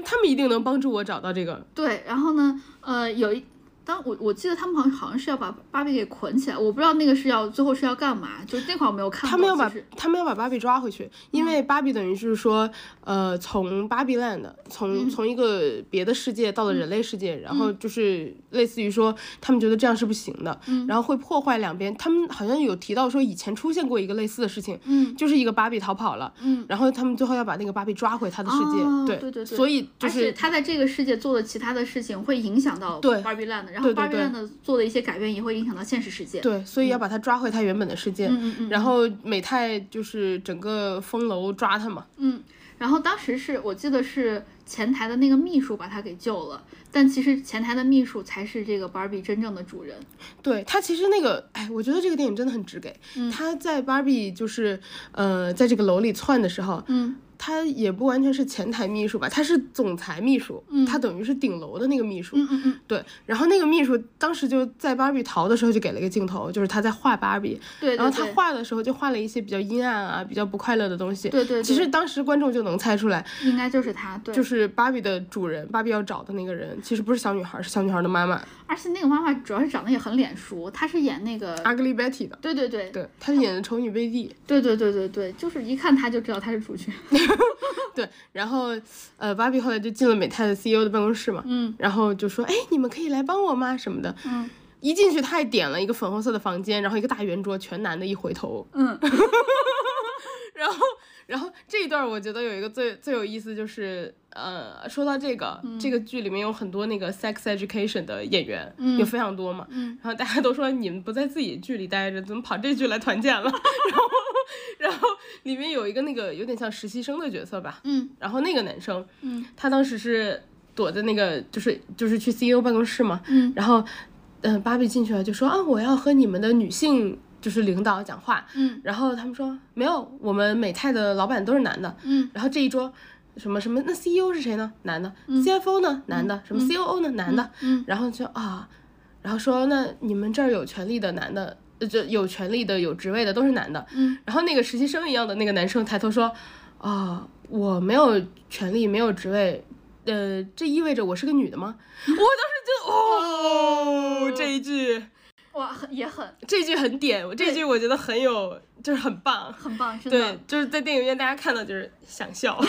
[SPEAKER 1] 他们一定能帮助我找到这个。
[SPEAKER 2] 对，然后呢，呃，有一当我我记得他们好像好像是要把芭比给捆起来，我不知道那个是要最后是要干嘛，就那块儿我没有看过。
[SPEAKER 1] 他们要把
[SPEAKER 2] 嗯其实嗯
[SPEAKER 1] 他们要把芭比抓回去，因为芭比等于是说，呃，从芭比 land 从、
[SPEAKER 2] 嗯
[SPEAKER 1] 从一个别的世界到了人类世界，然后就是类似于说，他们觉得这样是不行的，
[SPEAKER 2] 嗯
[SPEAKER 1] 然后会破坏两边。他们好像有提到说以前出现过一个类似的事情，
[SPEAKER 2] 嗯
[SPEAKER 1] 就是一个芭比逃跑了，
[SPEAKER 2] 嗯，
[SPEAKER 1] 然后他们最后要把那个芭比抓回他的世界，
[SPEAKER 2] 哦
[SPEAKER 1] 对
[SPEAKER 2] 对对对
[SPEAKER 1] 所以就
[SPEAKER 2] 而且
[SPEAKER 1] 是
[SPEAKER 2] 他在这个世界做的其他的事情会影响到
[SPEAKER 1] 对
[SPEAKER 2] Barbie Land，然
[SPEAKER 1] 对
[SPEAKER 2] 后
[SPEAKER 1] 对
[SPEAKER 2] Barbie
[SPEAKER 1] 对
[SPEAKER 2] Land 做的一些改变也会影响到现实世界。
[SPEAKER 1] 对，所以要把他抓回他原本的世界。
[SPEAKER 2] 嗯嗯嗯嗯
[SPEAKER 1] 然后美泰就是整个风楼抓他嘛，
[SPEAKER 2] 嗯，然后当时是我记得是前台的那个秘书把他给救了，但其实前台的秘书才是这个 Barbie 真正的主人。
[SPEAKER 1] 对他其实那个，哎，我觉得这个电影真的很直给。
[SPEAKER 2] 嗯
[SPEAKER 1] 他在芭比就是呃，在这个楼里窜的时候，
[SPEAKER 2] 嗯
[SPEAKER 1] 他也不完全是前台秘书吧，他是总裁秘书，他等于是顶楼的那个秘书。
[SPEAKER 2] 嗯嗯嗯，
[SPEAKER 1] 对，然后那个秘书当时就在芭比逃的时候就给了一个镜头，就是他在画芭比，
[SPEAKER 2] 对对对。
[SPEAKER 1] 然后他画的时候就画了一些比较阴暗啊、比较不快乐的东西。
[SPEAKER 2] 对对对嗯
[SPEAKER 1] 其实当时观众就能猜出来，
[SPEAKER 2] 应该就是他，对，
[SPEAKER 1] 就是芭比的主人，芭比要找的那个人，其实不是小女孩，是小女孩的妈妈
[SPEAKER 2] 而且那个妈妈主要是长得也很脸熟，她是演那个，
[SPEAKER 1] ，Ugly Betty 的。
[SPEAKER 2] 对对对
[SPEAKER 1] 啊对，她是演的丑女贝蒂。
[SPEAKER 2] 对对对对对，就是一看她就知道她是主角，
[SPEAKER 1] 对，然后呃，芭比后来就进了美泰的 CEO 的办公室嘛，
[SPEAKER 2] 嗯，
[SPEAKER 1] 然后就说，哎，你们可以来帮我吗？什么的，
[SPEAKER 2] 嗯，
[SPEAKER 1] 一进去他还点了一个粉红色的房间，然后一个大圆桌，全男的，一回头，
[SPEAKER 2] 嗯，
[SPEAKER 1] 然后然后这一段我觉得有一个最最有意思就是。呃，说到这个，
[SPEAKER 2] 嗯
[SPEAKER 1] 这个剧里面有很多那个 sex education 的演员，有非常多嘛，
[SPEAKER 2] 嗯
[SPEAKER 1] 然后大家都说你们不在自己剧里待着，怎么跑这剧来团建了？ [LAUGHS] 然后，然后里面有一个那个有点像实习生的角色吧，
[SPEAKER 2] 嗯
[SPEAKER 1] 然后那个男生，
[SPEAKER 2] 嗯，
[SPEAKER 1] 他当时是躲在那个就是就是去 CEO 办公室嘛，
[SPEAKER 2] 嗯
[SPEAKER 1] 然后，嗯、芭比进去了就说啊，我要和你们的女性就是领导讲话，
[SPEAKER 2] 嗯
[SPEAKER 1] 然后他们说没有，我们美泰的老板都是男的，
[SPEAKER 2] 嗯
[SPEAKER 1] 然后这一桌什么什么，那 CEO 是谁呢？男的、c f o 呢？男的，什么 COO 呢？男的，
[SPEAKER 2] 嗯
[SPEAKER 1] 然后就啊，然后说那你们这儿有权利的男的，呃就有权利的有职位的都是男的，
[SPEAKER 2] 嗯，
[SPEAKER 1] 然后那个实习生一样的那个男生抬头说啊，我没有权利，没有职位。呃，这意味着我是个女的吗？我当时就哦，这一句，
[SPEAKER 2] 哇，很也很
[SPEAKER 1] 这句很点，这句我觉得很有，就是很棒。
[SPEAKER 2] 很棒，真的
[SPEAKER 1] 对，。就是在电影院大家看到就是想笑。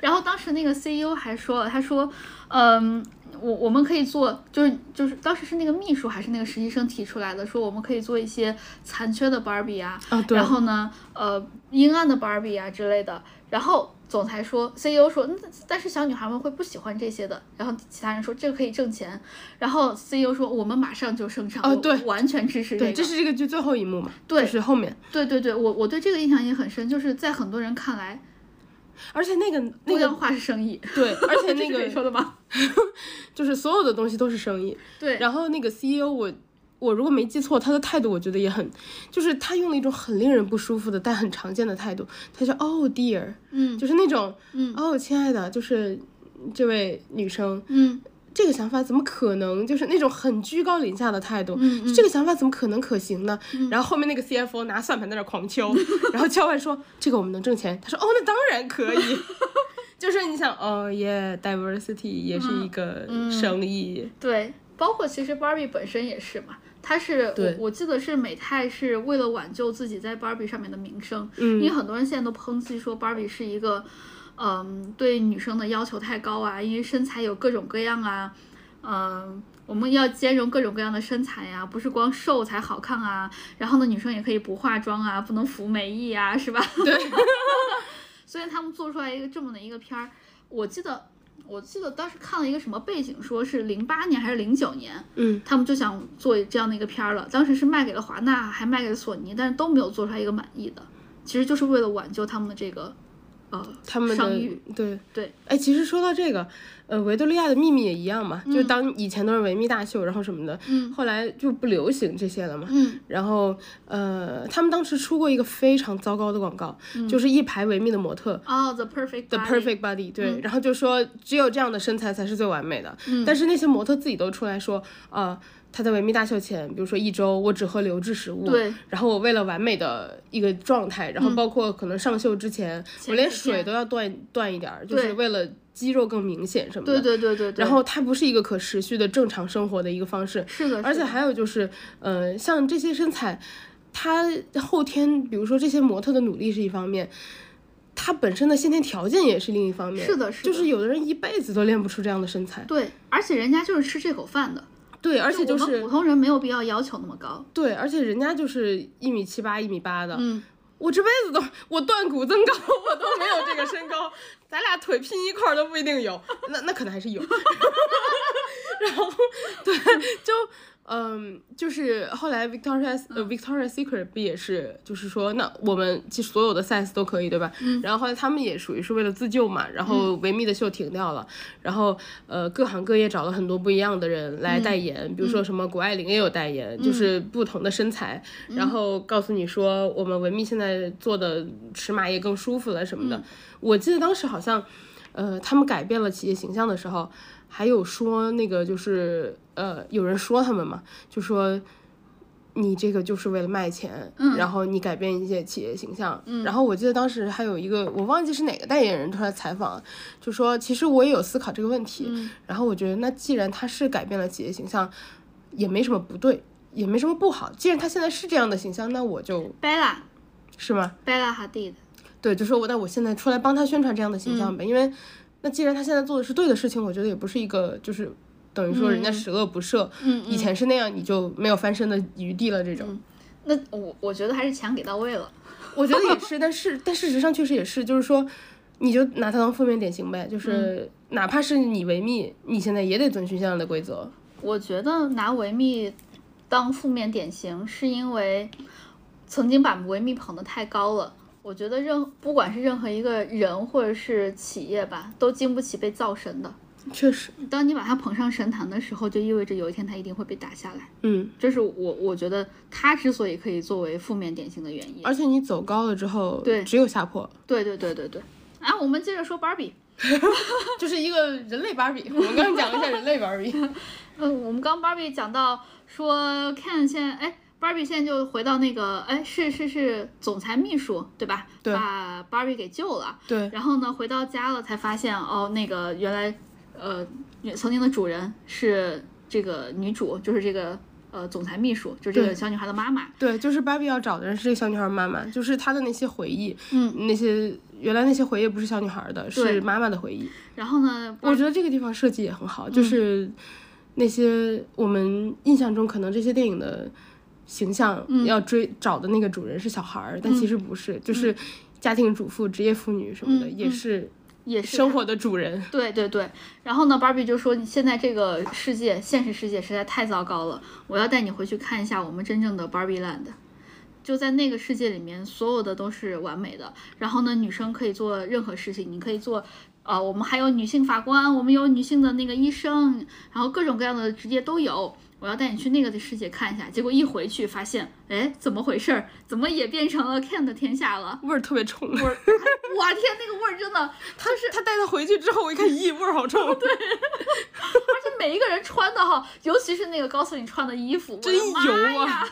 [SPEAKER 2] 然后当时那个 CEO 还说了，他说，嗯，我我们可以做，就是就是当时是那个秘书还是那个实习生提出来的，说我们可以做一些残缺的 Barbie 啊，
[SPEAKER 1] 啊，对
[SPEAKER 2] 然后呢，呃，阴暗的 Barbie 啊之类的。然后总裁说，CEO 说，嗯但是小女孩们会不喜欢这些的。然后其他人说，这个可以挣钱。然后 CEO 说，我们马上就生产。
[SPEAKER 1] 哦
[SPEAKER 2] 我
[SPEAKER 1] 对
[SPEAKER 2] 完全支持这
[SPEAKER 1] 对，
[SPEAKER 2] 个。
[SPEAKER 1] 这是这个剧最后一幕嘛？
[SPEAKER 2] 对
[SPEAKER 1] 就是后面，
[SPEAKER 2] 对对对，我我对这个印象也很深，就是在很多人看来，
[SPEAKER 1] 而且那个那
[SPEAKER 2] 不
[SPEAKER 1] 个
[SPEAKER 2] 量化是生意。
[SPEAKER 1] 对，
[SPEAKER 2] [LAUGHS]
[SPEAKER 1] 而且那
[SPEAKER 2] 这是可以
[SPEAKER 1] 个
[SPEAKER 2] 说的吧？
[SPEAKER 1] 就是所有的东西都是生意。
[SPEAKER 2] 对，
[SPEAKER 1] 然后那个 CEO 我。我如果没记错，他的态度我觉得也很，就是他用了一种很令人不舒服的，但很常见的态度。他说：“Oh dear，
[SPEAKER 2] 嗯
[SPEAKER 1] 就是那种，
[SPEAKER 2] 嗯
[SPEAKER 1] 哦，亲爱的，就是这位女生，
[SPEAKER 2] 嗯
[SPEAKER 1] 这个想法怎么可能？就是那种很居高临下的态度，
[SPEAKER 2] 嗯嗯
[SPEAKER 1] 这个想法怎么可能可行呢？然后后面那个 CFO 拿算盘在那儿狂敲， [LAUGHS] 然后敲完说这个我们能挣钱，他说哦，那当然可以。 [LAUGHS] 就是你想，哦耶，diversity 也是
[SPEAKER 2] 嗯
[SPEAKER 1] 一个生意，
[SPEAKER 2] 对，包括其实 Barbie 本身也是嘛，它是
[SPEAKER 1] 对
[SPEAKER 2] 我我记得是美泰是为了挽救自己在 Barbie 上面的名声，
[SPEAKER 1] 嗯
[SPEAKER 2] 因为很多人现在都抨击说 Barbie 是一个，嗯，对女生的要求太高啊，因为身材有各种各样啊，嗯。我们要兼容各种各样的身材呀、不是光瘦才好看啊。然后呢，女生也可以不化妆啊，不能服美役啊，是吧？ [LAUGHS]
[SPEAKER 1] 对，
[SPEAKER 2] 所以他们做出来一个这么的一个片儿，我记得我记得当时看了一个什么背景，说是零八年还是零九年，
[SPEAKER 1] 嗯，
[SPEAKER 2] 他们就想做这样的一个片儿了。当时是卖给了华纳，还卖给了索尼，但是都没有做出来一个满意的，其实就是为了挽救他们的这个呃
[SPEAKER 1] 他们
[SPEAKER 2] 商
[SPEAKER 1] 的
[SPEAKER 2] 誉。
[SPEAKER 1] 对
[SPEAKER 2] 对，
[SPEAKER 1] 哎，其实说到这个，呃，维多利亚的秘密也一样嘛，就是当以前都是维密大秀，然后什么的，
[SPEAKER 2] 嗯
[SPEAKER 1] 后来就不流行这些了嘛。
[SPEAKER 2] 嗯
[SPEAKER 1] 然后，呃，他们当时出过一个非常糟糕的广告，
[SPEAKER 2] 嗯
[SPEAKER 1] 就是一排维密的模特，
[SPEAKER 2] 哦、t h e perfect
[SPEAKER 1] The
[SPEAKER 2] body
[SPEAKER 1] perfect body，对，
[SPEAKER 2] 嗯
[SPEAKER 1] 然后就说只有这样的身材才是最完美的。但是那些模特自己都出来说，呃，他在维密大秀前，比如说一周我只喝流质食物，
[SPEAKER 2] 对，嗯
[SPEAKER 1] 然后我为了完美的一个状态，然后包括可能上秀之前，我连
[SPEAKER 2] 几天
[SPEAKER 1] 水都要断断一点儿，就
[SPEAKER 2] 对
[SPEAKER 1] 是为了肌肉更明显什么的。
[SPEAKER 2] 对对对对对，
[SPEAKER 1] 然后它不是一个可持续的正常生活的一个方式，
[SPEAKER 2] 是的，
[SPEAKER 1] 而且
[SPEAKER 2] 是的
[SPEAKER 1] 还有就是，呃，像这些身材，它后天，比如说这些模特的努力是一方面，它本身的先天条件也是另一方面。
[SPEAKER 2] 是的是的
[SPEAKER 1] 就是有的人一辈子都练不出这样的身材。
[SPEAKER 2] 对，而且人家就是吃这口饭的，
[SPEAKER 1] 对，而且就
[SPEAKER 2] 我们普
[SPEAKER 1] 是
[SPEAKER 2] 通人没有必要要求那么高。
[SPEAKER 1] 对，而且人家就是一米七八、一米八的，
[SPEAKER 2] 嗯，
[SPEAKER 1] 我这辈子都我断骨增高， [LAUGHS] 我都没有这个身高， [LAUGHS] 咱俩腿拼一块儿都不一定有，那那可能还是有。 [LAUGHS] 然后对，就嗯，就是后来 Victoria 呃 Victoria Secret 不也是，就是说那我们其实所有的 size 都可以对吧？然后后来他们也属于是为了自救嘛，然后维密的秀停掉了，然后呃各行各业找了很多不一样的人来代言，比如说什么谷爱凌也有代言，就是不同的身材，然后告诉你说我们维密现在做的尺码也更舒服了什么的。我记得当时好像。呃，他们改变了企业形象的时候，还有说那个就是呃，有人说他们嘛，就说你这个就是为了卖钱，然后你改变一些企业形象。然后我记得当时还有一个我忘记是哪个代言人出来采访，就说其实我也有思考这个问题，
[SPEAKER 2] 嗯
[SPEAKER 1] 然后我觉得那既然他是改变了企业形象，也没什么不对。也没什么不好，既然他现在是这样的形象，那我就
[SPEAKER 2] Bella
[SPEAKER 1] 是吗？
[SPEAKER 2] Bella Hadid，
[SPEAKER 1] 对，就说我那我现在出来帮他宣传这样的形
[SPEAKER 2] 嗯
[SPEAKER 1] 象呗，因为那既然他现在做的是对的事情，我觉得也不是一个就是等于说人家十恶不赦，
[SPEAKER 2] 嗯
[SPEAKER 1] 以前是那样你就没有翻身的余地了这种。
[SPEAKER 2] 那我我觉得还是钱给到位了。
[SPEAKER 1] 我觉得也是，但 [LAUGHS] 是但事实上确实也是，就是说你就拿他当负面典型呗，就是、
[SPEAKER 2] 嗯
[SPEAKER 1] 哪怕是你维密，你现在也得遵循这样的规则。
[SPEAKER 2] 我觉得拿维密当负面典型，是因为曾经把维密捧得太高了。我觉得任不管是任何一个人或者是企业吧，都经不起被造神的。
[SPEAKER 1] 确实，
[SPEAKER 2] 当你把它捧上神坛的时候，就意味着有一天它一定会被打下来。
[SPEAKER 1] 嗯，
[SPEAKER 2] 这是我我觉得他之所以可以作为负面典型的原因。
[SPEAKER 1] 而且你走高了之后，
[SPEAKER 2] 对
[SPEAKER 1] 只有下坡，
[SPEAKER 2] 对对对对对。啊，我们接着说芭比。
[SPEAKER 1] [LAUGHS] 就是一个人类芭比。我 [LAUGHS] 们刚刚讲了一下人类芭比，
[SPEAKER 2] 嗯，我们刚芭比讲到说看现在，哎，芭比现在就回到那个，哎，是是是，总裁秘书对吧？
[SPEAKER 1] 对
[SPEAKER 2] 把芭比给救了。
[SPEAKER 1] [LAUGHS] 对，
[SPEAKER 2] 然后呢，回到家了才发现，哦，那个原来，呃，原曾经的主人是这个女主，就是这个呃总裁秘书，就是这个
[SPEAKER 1] 对
[SPEAKER 2] 小女孩的妈妈。
[SPEAKER 1] 对，就是芭比要找的人是这个小女孩妈妈，就是她的那些回忆，
[SPEAKER 2] 嗯，
[SPEAKER 1] 那些原来那些回忆不是小女孩的，
[SPEAKER 2] 对
[SPEAKER 1] 是妈妈的回忆。
[SPEAKER 2] 然后呢，
[SPEAKER 1] 我觉得这个地方设计也很好，就是那些我们印象中可能这些电影的形象要追、找的那个主人是小孩儿，但其实不是，就是家庭主妇、职业妇女什么的，
[SPEAKER 2] 嗯
[SPEAKER 1] 也是
[SPEAKER 2] 也是
[SPEAKER 1] 生活的主人。
[SPEAKER 2] 对对对，然后呢，芭比就说：“你现在这个世界，现实世界实在太糟糕了，我要带你回去看一下我们真正的 Barbie Land。”就在那个世界里面，所有的都是完美的。然后呢，女生可以做任何事情，你可以做，呃，我们还有女性法官，我们有女性的那个医生，然后各种各样的职业都有。我要带你去那个的世界看一下。结果一回去发现，哎，怎么回事儿？怎么也变成了 Ken 的天下了？ [LAUGHS]
[SPEAKER 1] 味儿特别冲，
[SPEAKER 2] 我我天，那个味儿真的
[SPEAKER 1] 他是 [LAUGHS] 他带她回去之后，我一看，咦，味儿好冲， [LAUGHS] 对，
[SPEAKER 2] 而且每一个人穿的哈，尤其是那个高司令穿的衣服，我的
[SPEAKER 1] 真
[SPEAKER 2] 妈
[SPEAKER 1] 油
[SPEAKER 2] 呀！
[SPEAKER 1] 啊！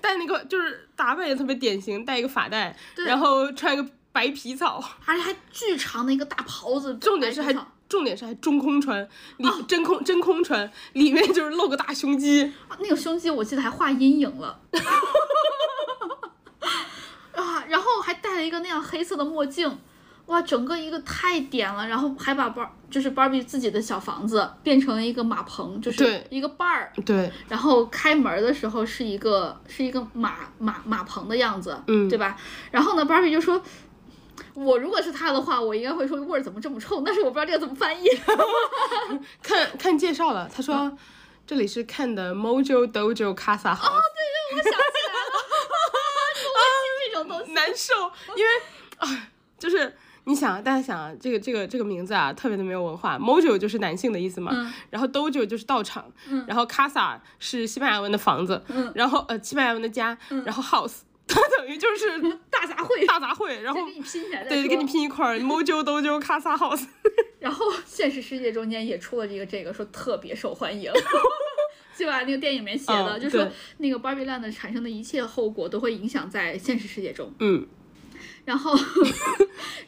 [SPEAKER 1] 戴那个就是打扮也特别典型，戴一个发带，
[SPEAKER 2] 对
[SPEAKER 1] 然后穿一个白皮草，
[SPEAKER 2] 而且还巨长的一个大袍子，哎
[SPEAKER 1] 重点是还
[SPEAKER 2] 白色
[SPEAKER 1] 重点是还中空穿，里、真空真空穿，里面就是露个大胸肌，
[SPEAKER 2] 啊那个胸肌，我记得还画阴影了。 [LAUGHS] 啊，然后还戴了一个那样黑色的墨镜，哇，整个一个太点了。然后还把 bar 就是 Barbie 自己的小房子变成了一个马棚，就是
[SPEAKER 1] 对
[SPEAKER 2] 一个 bar。
[SPEAKER 1] 对，
[SPEAKER 2] 然后开门的时候是一个是一个马马马棚的样子，
[SPEAKER 1] 嗯
[SPEAKER 2] 对吧？然后呢，Barbie 就说。我如果是他的话，我应该会说味儿怎么这么冲，但是我不知道这个怎么翻译。 [LAUGHS]
[SPEAKER 1] 看看介绍了，他说、这里是看的 Mojo Dojo Casa 好、
[SPEAKER 2] 我想起来了，我听这种东西，
[SPEAKER 1] 难受，因为啊，就是你想，大家想啊，这个这个这个名字啊，特别的没有文化。Mojo 就是男性的意思嘛，
[SPEAKER 2] 嗯
[SPEAKER 1] 然后 Dojo 就是道场，
[SPEAKER 2] 嗯
[SPEAKER 1] 然后 Casa 是西班牙文的房子，
[SPEAKER 2] 嗯
[SPEAKER 1] 然后呃西班牙文的家，
[SPEAKER 2] 嗯
[SPEAKER 1] 然后 House，它等于就是
[SPEAKER 2] 大杂烩，
[SPEAKER 1] 大杂烩，然后
[SPEAKER 2] 先给你拼起来再
[SPEAKER 1] 对，
[SPEAKER 2] 说
[SPEAKER 1] 给你拼一块儿，Mojo Dojo Casa House。
[SPEAKER 2] 然后现实世界中间也出了这个这个，说特别受欢迎， [LAUGHS] 就把那个电影里面写的，
[SPEAKER 1] 嗯
[SPEAKER 2] 就说
[SPEAKER 1] 对
[SPEAKER 2] 那个 Barbie Land 产生的一切后果都会影响在现实世界中。
[SPEAKER 1] 嗯，
[SPEAKER 2] 然后， [LAUGHS]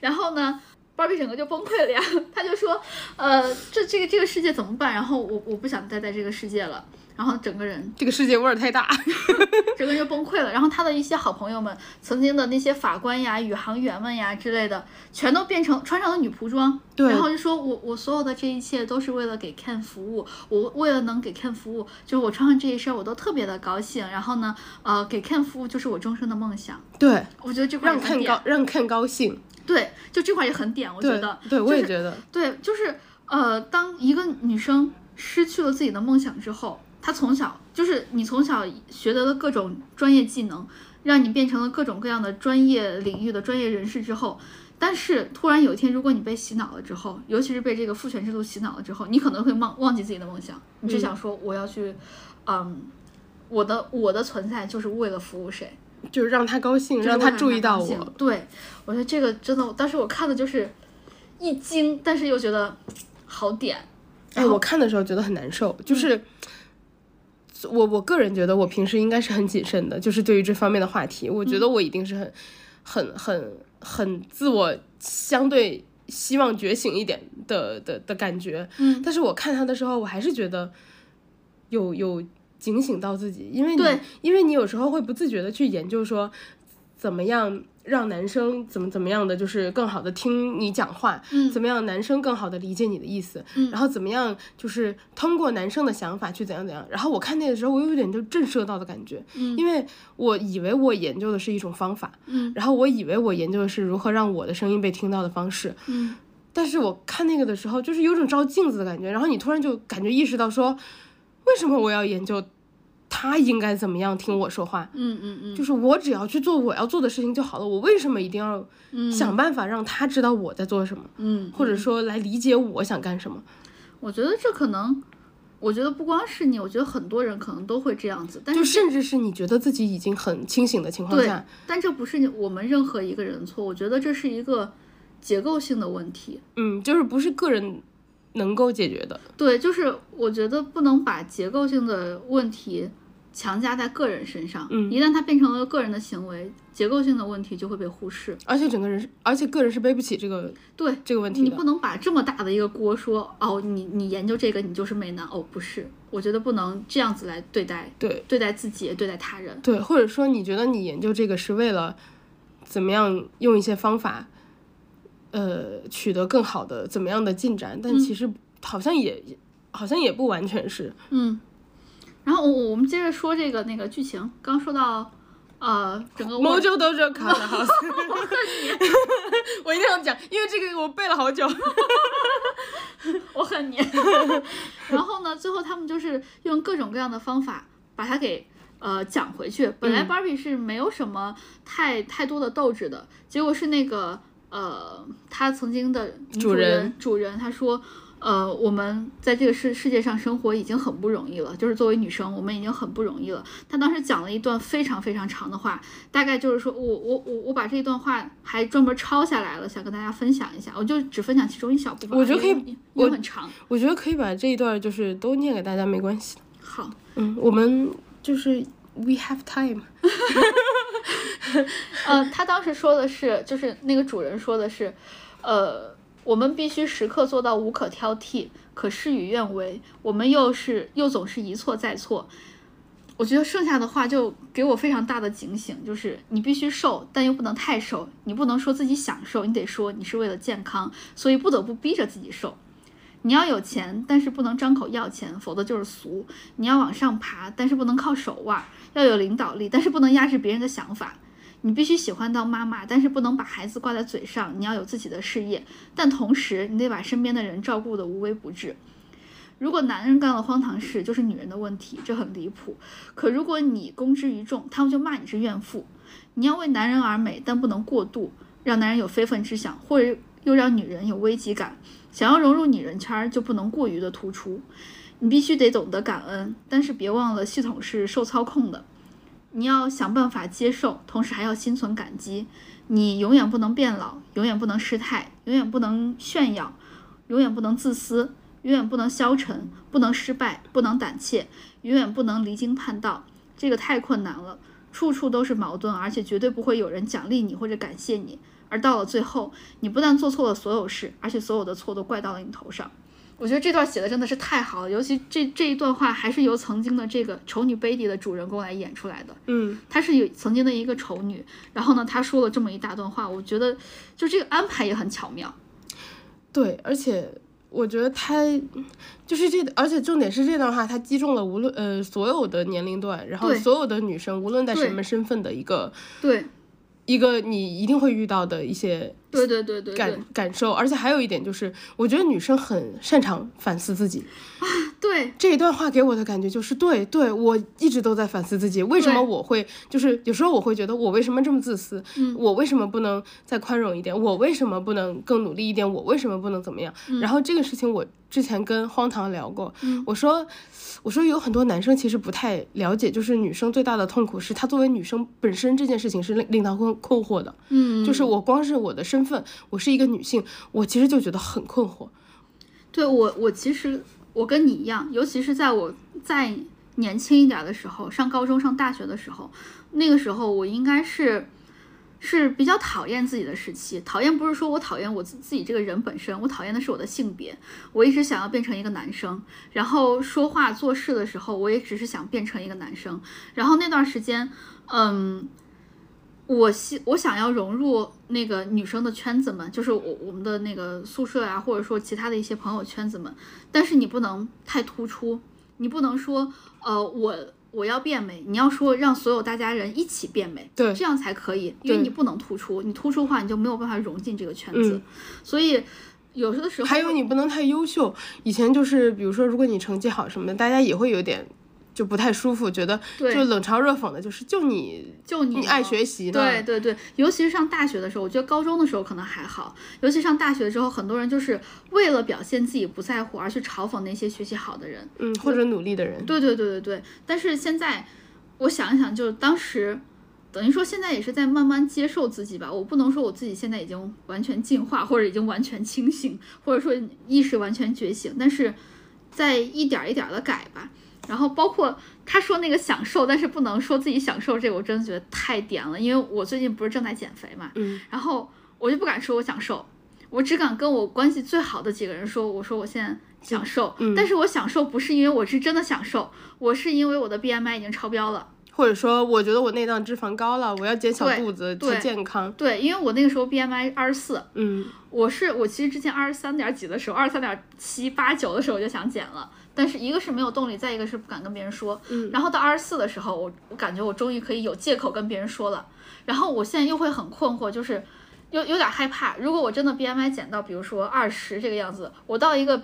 [SPEAKER 2] 然后呢，芭比整个就崩溃了呀。 [LAUGHS] 他就说，呃，这这个这个世界怎么办？然后我我不想待在这个世界了。然后整个人
[SPEAKER 1] 这个世界味儿太大。 [LAUGHS]
[SPEAKER 2] 整个人就崩溃了。然后他的一些好朋友们，曾经的那些法官呀、宇航员们呀之类的，全都变成穿上了女仆装，
[SPEAKER 1] 对
[SPEAKER 2] 然后就说我我所有的这一切都是为了给 Ken 服务，我为了能给 Ken 服务，就是我穿上这一身我都特别的高兴。然后呢，呃，给 Ken 服务就是我终身的梦想。
[SPEAKER 1] 对，
[SPEAKER 2] 我觉得这块
[SPEAKER 1] 让
[SPEAKER 2] 也很
[SPEAKER 1] 看
[SPEAKER 2] 点
[SPEAKER 1] 高，让看高兴。
[SPEAKER 2] 对，就这块也很点，我觉
[SPEAKER 1] 对
[SPEAKER 2] 得，
[SPEAKER 1] 对，我也
[SPEAKER 2] 就是
[SPEAKER 1] 觉得，
[SPEAKER 2] 对，就是呃，当一个女生失去了自己的梦想之后，她从小就是你从小学得的各种专业技能，让你变成了各种各样的专业领域的专业人士之后。但是突然有一天，如果你被洗脑了之后，尤其是被这个父权制度洗脑了之后，你可能会忘忘记自己的梦想，你只想说我要去，嗯，我的我的存在就是为了服务谁，
[SPEAKER 1] 就是让他高兴，
[SPEAKER 2] 就是
[SPEAKER 1] 让
[SPEAKER 2] 为
[SPEAKER 1] 他
[SPEAKER 2] 了
[SPEAKER 1] 注意到
[SPEAKER 2] 高兴
[SPEAKER 1] 我。
[SPEAKER 2] 对，我觉得这个真的，当时我看的就是一惊，但是又觉得好点。
[SPEAKER 1] 哎，我看的时候觉得很难受，就是。我我个人觉得，我平时应该是很谨慎的，就是对于这方面的话题，我觉得我一定是很、很、很、很自我相对希望觉醒一点的的的感觉。
[SPEAKER 2] 嗯，
[SPEAKER 1] 但是我看他的时候，我还是觉得有有警醒到自己，因为你
[SPEAKER 2] 对
[SPEAKER 1] 因为你有时候会不自觉的去研究说怎么样让男生怎么怎么样的，就是更好的听你讲话，
[SPEAKER 2] 嗯
[SPEAKER 1] 怎么样男生更好的理解你的意思，
[SPEAKER 2] 嗯
[SPEAKER 1] 然后怎么样就是通过男生的想法去怎样怎样。然后我看那个时候，我有点就震慑到的感觉，
[SPEAKER 2] 嗯
[SPEAKER 1] 因为我以为我研究的是一种方法，
[SPEAKER 2] 嗯
[SPEAKER 1] 然后我以为我研究的是如何让我的声音被听到的方式，
[SPEAKER 2] 嗯，
[SPEAKER 1] 但是我看那个的时候，就是有种照镜子的感觉，然后你突然就感觉意识到说，为什么我要研究他应该怎么样听我说话？
[SPEAKER 2] 嗯嗯
[SPEAKER 1] 就是我只要去做我要做的事情就好了，我为什么一定要
[SPEAKER 2] 嗯
[SPEAKER 1] 想办法让他知道我在做什么，
[SPEAKER 2] 嗯
[SPEAKER 1] 或者说来理解我想干什么？
[SPEAKER 2] 我觉得这可能，我觉得不光是你，我觉得很多人可能都会这样子，但
[SPEAKER 1] 就是
[SPEAKER 2] 这
[SPEAKER 1] 甚至是你觉得自己已经很清醒的情况
[SPEAKER 2] 对
[SPEAKER 1] 下，，
[SPEAKER 2] 但这不是你我们任何一个人的错，我觉得这是一个结构性的问题。
[SPEAKER 1] 嗯，就是不是个人能够解决的，
[SPEAKER 2] 对，就是我觉得不能把结构性的问题强加在个人身上。
[SPEAKER 1] 嗯
[SPEAKER 2] 一旦它变成了个人的行为，结构性的问题就会被忽视。
[SPEAKER 1] 而且整个人是，而且个人是背不起这个
[SPEAKER 2] 对，
[SPEAKER 1] 这个问题
[SPEAKER 2] 你
[SPEAKER 1] 的
[SPEAKER 2] 不。能把这么大的一个锅说哦，你你研究这个你就是美男哦，不是，我觉得不能这样子来对待
[SPEAKER 1] 对
[SPEAKER 2] 对待自己，也对待他人。
[SPEAKER 1] 对，或者说你觉得你研究这个是为了怎么样用一些方法，呃，取得更好的怎么样的进展，但其实好像也、好像也不完全是，
[SPEAKER 2] 嗯，然后我我们接着说这个那个剧情，刚说到呃整个我
[SPEAKER 1] 猫就都是卡的好 [LAUGHS] 我一定要讲，因为这个我背了好久。 [LAUGHS]
[SPEAKER 2] 我恨你。 [LAUGHS] 然后呢，最后他们就是用各种各样的方法把它给呃讲回去。本来
[SPEAKER 1] 嗯
[SPEAKER 2] Barbie 是没有什么太太多的斗志的，结果是那个呃，他曾经的女
[SPEAKER 1] 主
[SPEAKER 2] 主
[SPEAKER 1] 人
[SPEAKER 2] 主人他说。呃，我们在这个世世界上生活已经很不容易了，就是作为女生，我们已经很不容易了。她当时讲了一段非常非常长的话，大概就是说我我我我把这一段话还专门抄下来了，想跟大家分享一下。我就只分享其中一小部分啊，
[SPEAKER 1] 我觉得可以
[SPEAKER 2] 因为因为
[SPEAKER 1] 我
[SPEAKER 2] 很长。
[SPEAKER 1] 我觉得可以把这一段就是都念给大家，没关系的。
[SPEAKER 2] 好，
[SPEAKER 1] 嗯，我们就是 we have time。
[SPEAKER 2] 呃，他当时说的是，就是那个主人说的是，呃，我们必须时刻做到无可挑剔，可事与愿违，我们又是又总是一错再错。我觉得剩下的话就给我非常大的警醒，就是你必须瘦，但又不能太瘦，你不能说自己想瘦，你得说你是为了健康，所以不得不逼着自己瘦。你要有钱，但是不能张口要钱，否则就是俗。你要往上爬，但是不能靠手腕；要有领导力，但是不能压制别人的想法。你必须喜欢当妈妈，但是不能把孩子挂在嘴上，你要有自己的事业，但同时你得把身边的人照顾得无微不至。如果男人干了荒唐事，就是女人的问题，这很离谱。可如果你公之于众，他们就骂你是怨妇。你要为男人而美，但不能过度，让男人有非分之想，或者又让女人有危机感。想要融入女人圈儿，就不能过于的突出，你必须得懂得感恩，但是别忘了系统是受操控的，你要想办法接受，同时还要心存感激。你永远不能变老，永远不能失态，永远不能炫耀，永远不能自私，永远不能消沉，不能失败，不能胆怯，永远不能离经叛道。这个太困难了，处处都是矛盾，而且绝对不会有人奖励你或者感谢你。而到了最后，你不但做错了所有事，而且所有的错都怪到了你头上。我觉得这段写的真的是太好了，尤其这这一段话还是由曾经的这个《丑女贝蒂》的主人公来演出来的。
[SPEAKER 1] 嗯，
[SPEAKER 2] 她是有曾经的一个丑女，然后呢，她说了这么一大段话，我觉得就这个安排也很巧妙。
[SPEAKER 1] 对，而且我觉得他就是这，而且重点是这段话，他击中了无论呃所有的年龄段，然后
[SPEAKER 2] 对
[SPEAKER 1] 所有的女生，无论在
[SPEAKER 2] 对
[SPEAKER 1] 什么身份的一个
[SPEAKER 2] 对，
[SPEAKER 1] 一个你一定会遇到的一些
[SPEAKER 2] 对对对对对
[SPEAKER 1] 感感受，而且还有一点就是，我觉得女生很擅长反思自己。
[SPEAKER 2] 对
[SPEAKER 1] 这一段话给我的感觉就是，对对，我一直都在反思自己，为什么
[SPEAKER 2] 对
[SPEAKER 1] 我会就是有时候我会觉得我为什么这么自私，
[SPEAKER 2] 嗯
[SPEAKER 1] 我为什么不能再宽容一点，我为什么不能更努力一点，我为什么不能怎么样？然后这个事情我之前跟荒唐聊过，
[SPEAKER 2] 嗯
[SPEAKER 1] 我说我说有很多男生其实不太了解，就是女生最大的痛苦是她作为女生本身这件事情是令令她困困惑的，
[SPEAKER 2] 嗯，
[SPEAKER 1] 就是我光是我的身份，我是一个女性，我其实就觉得很困惑。
[SPEAKER 2] 对我我其实我跟你一样，尤其是在我再年轻一点的时候，上高中上大学的时候，那个时候我应该是。是比较讨厌自己的时期，讨厌不是说我讨厌我自自己这个人本身，我讨厌的是我的性别。我一直想要变成一个男生，然后说话做事的时候，我也只是想变成一个男生。然后那段时间，嗯，我希我想要融入那个女生的圈子们，就是我我们的那个宿舍啊，或者说其他的一些朋友圈子们，但是你不能太突出，你不能说呃我我要变美，你要说让所有大家人一起变美，
[SPEAKER 1] 对
[SPEAKER 2] 这样才可以，因为
[SPEAKER 1] 对
[SPEAKER 2] 你不能突出，你突出的话你就没有办法融进这个圈子，
[SPEAKER 1] 嗯
[SPEAKER 2] 所以有的时候
[SPEAKER 1] 还有你不能太优秀，以前就是比如说，如果你成绩好什么的，大家也会有点就不太舒服，觉得
[SPEAKER 2] 对
[SPEAKER 1] 就冷嘲热讽的，就是就你
[SPEAKER 2] 就你
[SPEAKER 1] 你嗯爱
[SPEAKER 2] 了
[SPEAKER 1] 学习呢，
[SPEAKER 2] 对对对，尤其是上大学的时候，我觉得高中的时候可能还好，尤其上大学之后，很多人就是为了表现自己不在乎而去嘲讽那些学习好的人。
[SPEAKER 1] 嗯，或者努力的人，
[SPEAKER 2] 对对对对对，但是现在我想一想，就是当时。等于说现在也是在慢慢接受自己吧，我不能说我自己现在已经完全进化，或者已经完全清醒，或者说意识完全觉醒，但是在一点儿一点的改吧。然后包括他说那个享受，但是不能说自己享受这个，我真的觉得太点了，因为我最近不是正在减肥嘛，
[SPEAKER 1] 嗯，
[SPEAKER 2] 然后我就不敢说我享受，我只敢跟我关系最好的几个人说，我说我现在享受，
[SPEAKER 1] 嗯
[SPEAKER 2] 但是我享受不是因为我是真的享受，我是因为我的 BMI 已经超标了。
[SPEAKER 1] 或者说我觉得我内脏脂肪高了，我要减小
[SPEAKER 2] 对
[SPEAKER 1] 肚子
[SPEAKER 2] 对
[SPEAKER 1] 才健康，
[SPEAKER 2] 对，因为我那个时候 BMI 二十四，
[SPEAKER 1] 嗯，
[SPEAKER 2] 我是我其实之前二十三点几的时候，二十三点七八九的时候我就想减了，但是一个是没有动力，再一个是不敢跟别人说。
[SPEAKER 1] 嗯
[SPEAKER 2] 然后到二十四的时候，我我感觉我终于可以有借口跟别人说了。然后我现在又会很困惑，就是有有点害怕，如果我真的 BMI 减到比如说二十这个样子，我到一个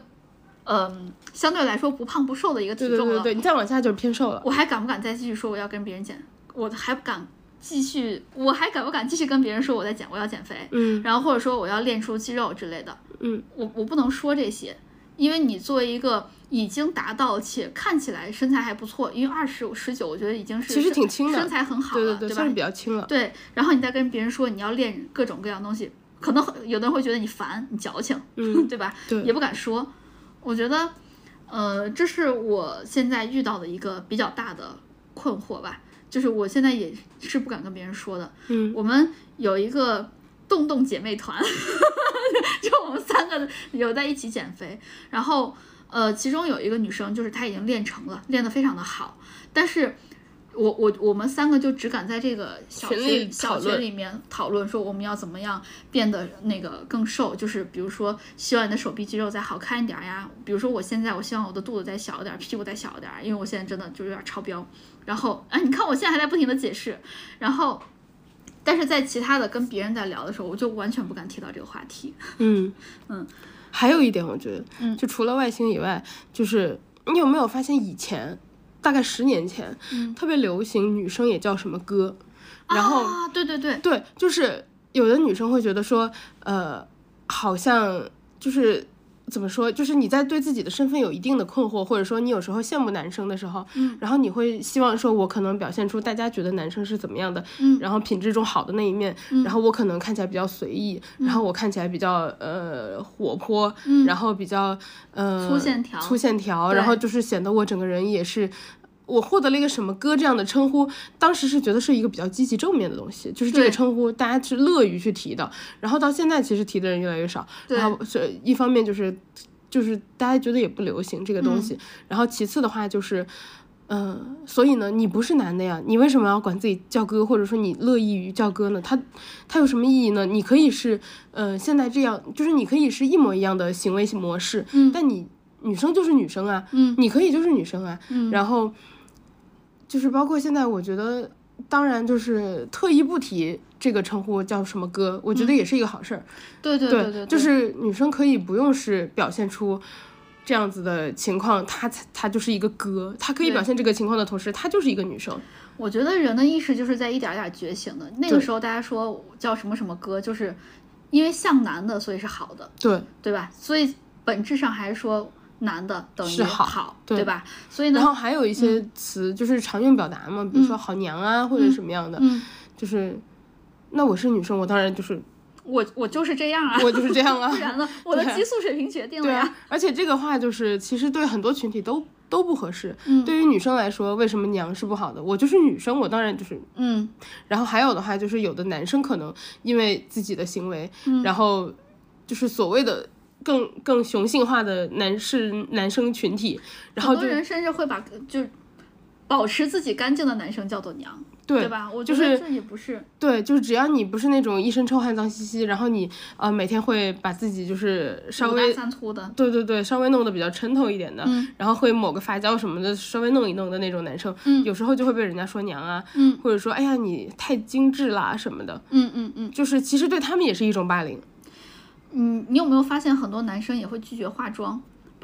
[SPEAKER 2] 嗯、相对来说不胖不瘦的一个体
[SPEAKER 1] 对
[SPEAKER 2] 重
[SPEAKER 1] 对
[SPEAKER 2] 了，
[SPEAKER 1] 对对，你再往下就是偏瘦了，
[SPEAKER 2] 我还敢不敢再继续说我要跟别人减？我还不敢继续，我还敢不敢继续跟别人说我在减，我要减肥？
[SPEAKER 1] 嗯
[SPEAKER 2] 然后或者说我要练出肌肉之类的，
[SPEAKER 1] 嗯，
[SPEAKER 2] 我我不能说这些，因为你作为一个已经达到且看起来身材还不错，因为二十十九我觉得已经是
[SPEAKER 1] 其实
[SPEAKER 2] 身
[SPEAKER 1] 挺轻的
[SPEAKER 2] 身材很好
[SPEAKER 1] 对
[SPEAKER 2] 了，
[SPEAKER 1] 对对，
[SPEAKER 2] 吧
[SPEAKER 1] 算是？比较轻了，
[SPEAKER 2] 对，然后你再跟别人说你要练各种各样东西，可能很有的人会觉得你烦，你矫情，
[SPEAKER 1] 嗯
[SPEAKER 2] 对吧？
[SPEAKER 1] 对
[SPEAKER 2] 也不敢说。我觉得，呃，这是我现在遇到的一个比较大的困惑吧，就是我现在也是不敢跟别人说的。
[SPEAKER 1] 嗯，
[SPEAKER 2] 我们有一个洞洞姐妹团， [LAUGHS] 就我们三个有在一起减肥，然后呃，其中有一个女生就是她已经练成了，练得非常的好，但是。我我我们三个就只敢在这个小
[SPEAKER 1] 群
[SPEAKER 2] 群
[SPEAKER 1] 里
[SPEAKER 2] 小
[SPEAKER 1] 讨
[SPEAKER 2] 群
[SPEAKER 1] 论
[SPEAKER 2] 里面讨论说我们要怎么样变得那个更瘦，就是比如说希望你的手臂肌肉再好看一点儿呀，比如说我现在我希望我的肚子再小一点儿，屁股再小一点儿，因为我现在真的就有点超标。然后哎，你看我现在还在不停的解释，然后但是在其他的跟别人在聊的时候，我就完全不敢提到这个话题。
[SPEAKER 1] 嗯，
[SPEAKER 2] 嗯
[SPEAKER 1] 嗯，还有一点，我觉得，
[SPEAKER 2] 嗯
[SPEAKER 1] 就除了外形以外，就是你有没有发现以前，大概十年前，
[SPEAKER 2] 嗯
[SPEAKER 1] 特别流行女生也叫什么哥，然后、
[SPEAKER 2] 啊，对对对，
[SPEAKER 1] 对，就是有的女生会觉得说，呃。好像就是怎么说，就是你在对自己的身份有一定的困惑，或者说你有时候羡慕男生的时候，
[SPEAKER 2] 嗯
[SPEAKER 1] 然后你会希望说，我可能表现出大家觉得男生是怎么样的，
[SPEAKER 2] 嗯
[SPEAKER 1] 然后品质中好的那一面，
[SPEAKER 2] 嗯
[SPEAKER 1] 然后我可能看起来比较随意，然后我看起来比较呃活泼，
[SPEAKER 2] 嗯
[SPEAKER 1] 然后比较呃
[SPEAKER 2] 粗线条
[SPEAKER 1] 粗线条，
[SPEAKER 2] 对
[SPEAKER 1] 然后就是显得我整个人也是。我获得了一个什么哥这样的称呼，当时是觉得是一个比较积极正面的东西，就是这
[SPEAKER 2] 对
[SPEAKER 1] 个称呼大家是乐于去提的。然后到现在其实提的人越来越少，
[SPEAKER 2] 对
[SPEAKER 1] 然后这一方面就是就是大家觉得也不流行这个
[SPEAKER 2] 嗯
[SPEAKER 1] 东西，然后其次的话就是。嗯、所以呢，你不是男的呀，你为什么要管自己叫哥，或者说你乐意于叫哥呢？他他有什么意义呢？你可以是，呃，现在这样，就是你可以是一模一样的行为模式，
[SPEAKER 2] 嗯
[SPEAKER 1] 但你女生就是女生啊，
[SPEAKER 2] 嗯
[SPEAKER 1] 你可以就是女生啊，
[SPEAKER 2] 嗯
[SPEAKER 1] 然后就是包括现在，我觉得当然就是特意不提这个称呼叫什么哥，我
[SPEAKER 2] 嗯
[SPEAKER 1] 觉得也是一个好事儿，
[SPEAKER 2] 对对对对，
[SPEAKER 1] 就是女生可以不用是表现出这样子的情况，她才她就是一个哥，她可以
[SPEAKER 2] 对
[SPEAKER 1] 表现这个情况的同时，她就是一个女生。
[SPEAKER 2] 我觉得人的意识就是在一点儿一点儿觉醒的。那个
[SPEAKER 1] 对
[SPEAKER 2] 时候大家说叫什么什么歌，就是因为像男的，所以是好的，
[SPEAKER 1] 对，
[SPEAKER 2] 对吧？所以本质上还是说男的等于
[SPEAKER 1] 是好对
[SPEAKER 2] 对吧？所以
[SPEAKER 1] 然
[SPEAKER 2] 呢，
[SPEAKER 1] 后还有一些词就是常用表达嘛，比如说好娘啊或者什么样的，
[SPEAKER 2] 嗯，
[SPEAKER 1] 就是那我是女生，我当然就是 [LAUGHS]
[SPEAKER 2] 我我就是这样啊，
[SPEAKER 1] 我就是这样
[SPEAKER 2] [LAUGHS]
[SPEAKER 1] 啊
[SPEAKER 2] 不
[SPEAKER 1] [LAUGHS]
[SPEAKER 2] 然呢，我的
[SPEAKER 1] 对
[SPEAKER 2] 激素水平决定了
[SPEAKER 1] 对
[SPEAKER 2] 呀
[SPEAKER 1] 啊。，而且这个话就是其实对很多群体都都不合适。
[SPEAKER 2] 嗯
[SPEAKER 1] 对于女生来说，为什么娘是不好的？我就是女生，我当然就是
[SPEAKER 2] 嗯
[SPEAKER 1] 然后还有的话就是，有的男生可能因为自己的行为，
[SPEAKER 2] 嗯
[SPEAKER 1] 然后就是所谓的更更雄性化的男士男生群体，然后
[SPEAKER 2] 很
[SPEAKER 1] 就
[SPEAKER 2] 多人甚至会把就是保持自己干净的男生叫做娘，
[SPEAKER 1] 对
[SPEAKER 2] 吧？我觉
[SPEAKER 1] 就
[SPEAKER 2] 得
[SPEAKER 1] 是
[SPEAKER 2] 这也不是，
[SPEAKER 1] 对，就是只要你不是那种一身臭汗脏兮兮，然后你呃每天会把自己就是稍
[SPEAKER 2] 五
[SPEAKER 1] 微
[SPEAKER 2] 大三粗的，
[SPEAKER 1] 对对对，稍微弄得比较抻头一点的，
[SPEAKER 2] 嗯
[SPEAKER 1] 然后会抹个发胶什么的，稍微弄一弄的那种男生，有时候就会被人家说娘啊，
[SPEAKER 2] 嗯
[SPEAKER 1] 或者说哎呀你太精致啦什么的，
[SPEAKER 2] 嗯嗯嗯
[SPEAKER 1] 就是其实对他们也是一种霸凌。
[SPEAKER 2] 嗯。你有没有发现很多男生也会拒绝化妆？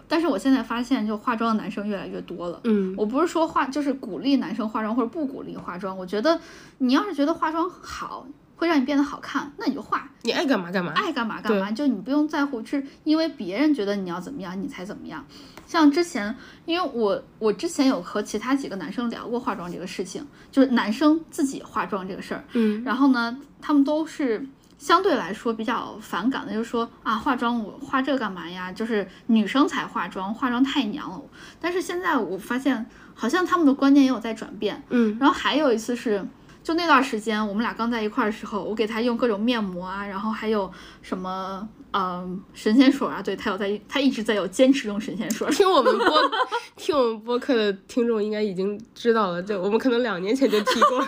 [SPEAKER 2] 但是我现在发现，就化妆的男生越来越多了。
[SPEAKER 1] 嗯，
[SPEAKER 2] 我不是说化，就是鼓励男生化妆或者不鼓励化妆。我觉得你要是觉得化妆好，会让你变得好看，那你就化，
[SPEAKER 1] 你爱干嘛干嘛。
[SPEAKER 2] 爱干嘛干嘛，就你不用在乎是因为别人觉得你要怎么样，你才怎么样。像之前，因为我我之前有和其他几个男生聊过化妆这个事情，就是男生自己化妆这个事儿，
[SPEAKER 1] 嗯，
[SPEAKER 2] 然后呢，他们都是相对来说比较反感的，就是说啊，化妆我化这干嘛呀？就是女生才化妆，化妆太娘了。但是现在我发现，好像他们的观念也有在转变。
[SPEAKER 1] 嗯，
[SPEAKER 2] 然后还有一次是，就那段时间我们俩刚在一块儿的时候，我给他用各种面膜啊，然后还有什么嗯、神仙水啊，对他有在，他一直在有坚持用神仙水。 [LAUGHS]
[SPEAKER 1] [LAUGHS] 听我们播听我们播客的听众应该已经知道了，这我们可能两年前就提过，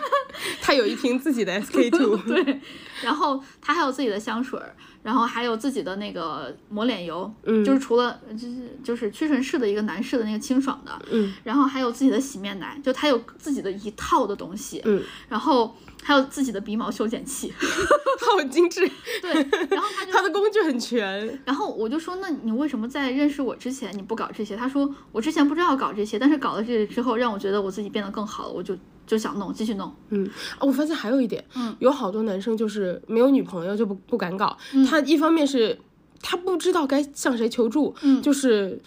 [SPEAKER 1] 他有一瓶自己的
[SPEAKER 2] [LAUGHS]
[SPEAKER 1] SK two，
[SPEAKER 2] 对，然后他还有自己的香水儿，然后还有自己的那个抹脸油，
[SPEAKER 1] 嗯
[SPEAKER 2] 就是除了就是就是屈臣氏的一个男士的那个清爽的，
[SPEAKER 1] 嗯
[SPEAKER 2] 然后还有自己的洗面奶，就他有自己的一套的东西， [LAUGHS]
[SPEAKER 1] 嗯，
[SPEAKER 2] 然后还有自己的鼻毛修剪器，
[SPEAKER 1] 好精致，
[SPEAKER 2] 对，然后他就
[SPEAKER 1] 他的工具很全，
[SPEAKER 2] 然后我就说，那你为什么在认识我之前你不搞这些？他说我之前不知道搞这些，但是搞了这个之后，让我觉得我自己变得更好了，我就就想弄，继续弄。
[SPEAKER 1] 嗯，啊我发现还有一点，
[SPEAKER 2] 嗯，
[SPEAKER 1] 有好多男生就是没有女朋友就不不敢搞，
[SPEAKER 2] 嗯
[SPEAKER 1] 他一方面是他不知道该向谁求助，
[SPEAKER 2] 嗯
[SPEAKER 1] 就是。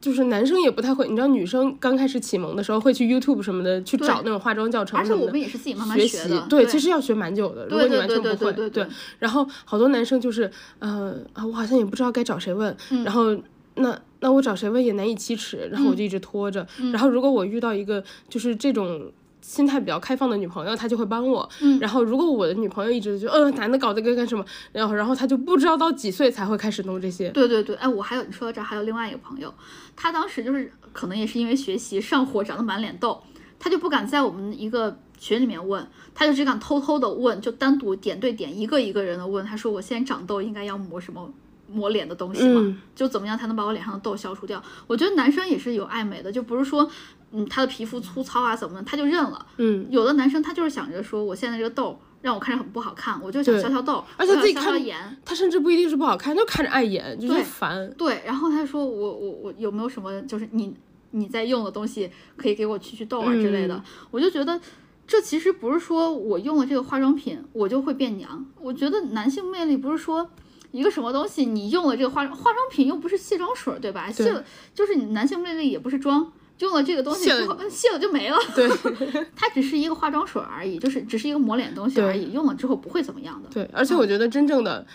[SPEAKER 1] 就是男生也不太会，你知道，女生刚开始启蒙的时候会去 YouTube 什么的去找那种化妆教程
[SPEAKER 2] 而
[SPEAKER 1] 什
[SPEAKER 2] 且
[SPEAKER 1] 么的，
[SPEAKER 2] 我们也是自己慢慢
[SPEAKER 1] 学
[SPEAKER 2] 的，
[SPEAKER 1] 习，
[SPEAKER 2] 对，
[SPEAKER 1] 其实要学蛮久的，如果你
[SPEAKER 2] 对对
[SPEAKER 1] 完全
[SPEAKER 2] 对
[SPEAKER 1] 不
[SPEAKER 2] 对
[SPEAKER 1] 会，
[SPEAKER 2] 对对对
[SPEAKER 1] 然后好多男生就是，呃，啊我好像也不知道该找谁问，
[SPEAKER 2] 嗯
[SPEAKER 1] 然后那那我找谁问也难以启齿，然后我就一直拖着，
[SPEAKER 2] 嗯
[SPEAKER 1] 然后如果我遇到一个就是这种。心态比较开放的女朋友，她就会帮我。
[SPEAKER 2] 嗯
[SPEAKER 1] 然后如果我的女朋友一直就，呃，男的搞这个干什么？然后，然后她就不知道到几岁才会开始弄这些。
[SPEAKER 2] 对对对，哎，我还有你说到这儿，还有另外一个朋友，他当时就是可能也是因为学习上火，长得满脸痘，他就不敢在我们一个群里面问，他就只敢偷偷的问，就单独点对点一个一个人的问。他说我现在长痘应该要抹什么抹脸的东西吗？
[SPEAKER 1] 嗯
[SPEAKER 2] 就怎么样才能把我脸上的痘消除掉？我觉得男生也是有爱美的，就不是说嗯他的皮肤粗糙啊怎么的，他就认了。
[SPEAKER 1] 嗯，
[SPEAKER 2] 有的男生他就是想着说我现在这个痘让我看着很不好看，我就想
[SPEAKER 1] 对
[SPEAKER 2] 消消痘，
[SPEAKER 1] 而且
[SPEAKER 2] 我想
[SPEAKER 1] 自己
[SPEAKER 2] 消
[SPEAKER 1] 看
[SPEAKER 2] 消炎。
[SPEAKER 1] 她甚至不一定是不好看，就看着碍眼，就觉
[SPEAKER 2] 对
[SPEAKER 1] 得烦。
[SPEAKER 2] 对，然后他说我我我有没有什么就是你你在用的东西可以给我祛祛痘啊之类的，
[SPEAKER 1] 嗯
[SPEAKER 2] 我就觉得这其实不是说我用了这个化妆品我就会变娘，我觉得男性魅力不是说。一个什么东西，你用了这个化妆化妆品又不是卸妆水，对吧？
[SPEAKER 1] 对
[SPEAKER 2] 卸了就是你男性魅力也不是妆，用了这个东西
[SPEAKER 1] 卸
[SPEAKER 2] 之
[SPEAKER 1] 了
[SPEAKER 2] 后卸了就没了，
[SPEAKER 1] 对
[SPEAKER 2] [LAUGHS] 它只是一个化妆水而已，就是只是一个抹脸的东西
[SPEAKER 1] 对
[SPEAKER 2] 而已，用了之后不会怎么样的。
[SPEAKER 1] 对，而且我觉得真正的，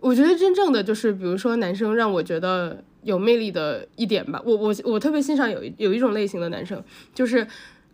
[SPEAKER 1] 我觉得真正的就是，比如说男生让我觉得有魅力的一点吧，我我我特别欣赏有一有一种类型的男生，就是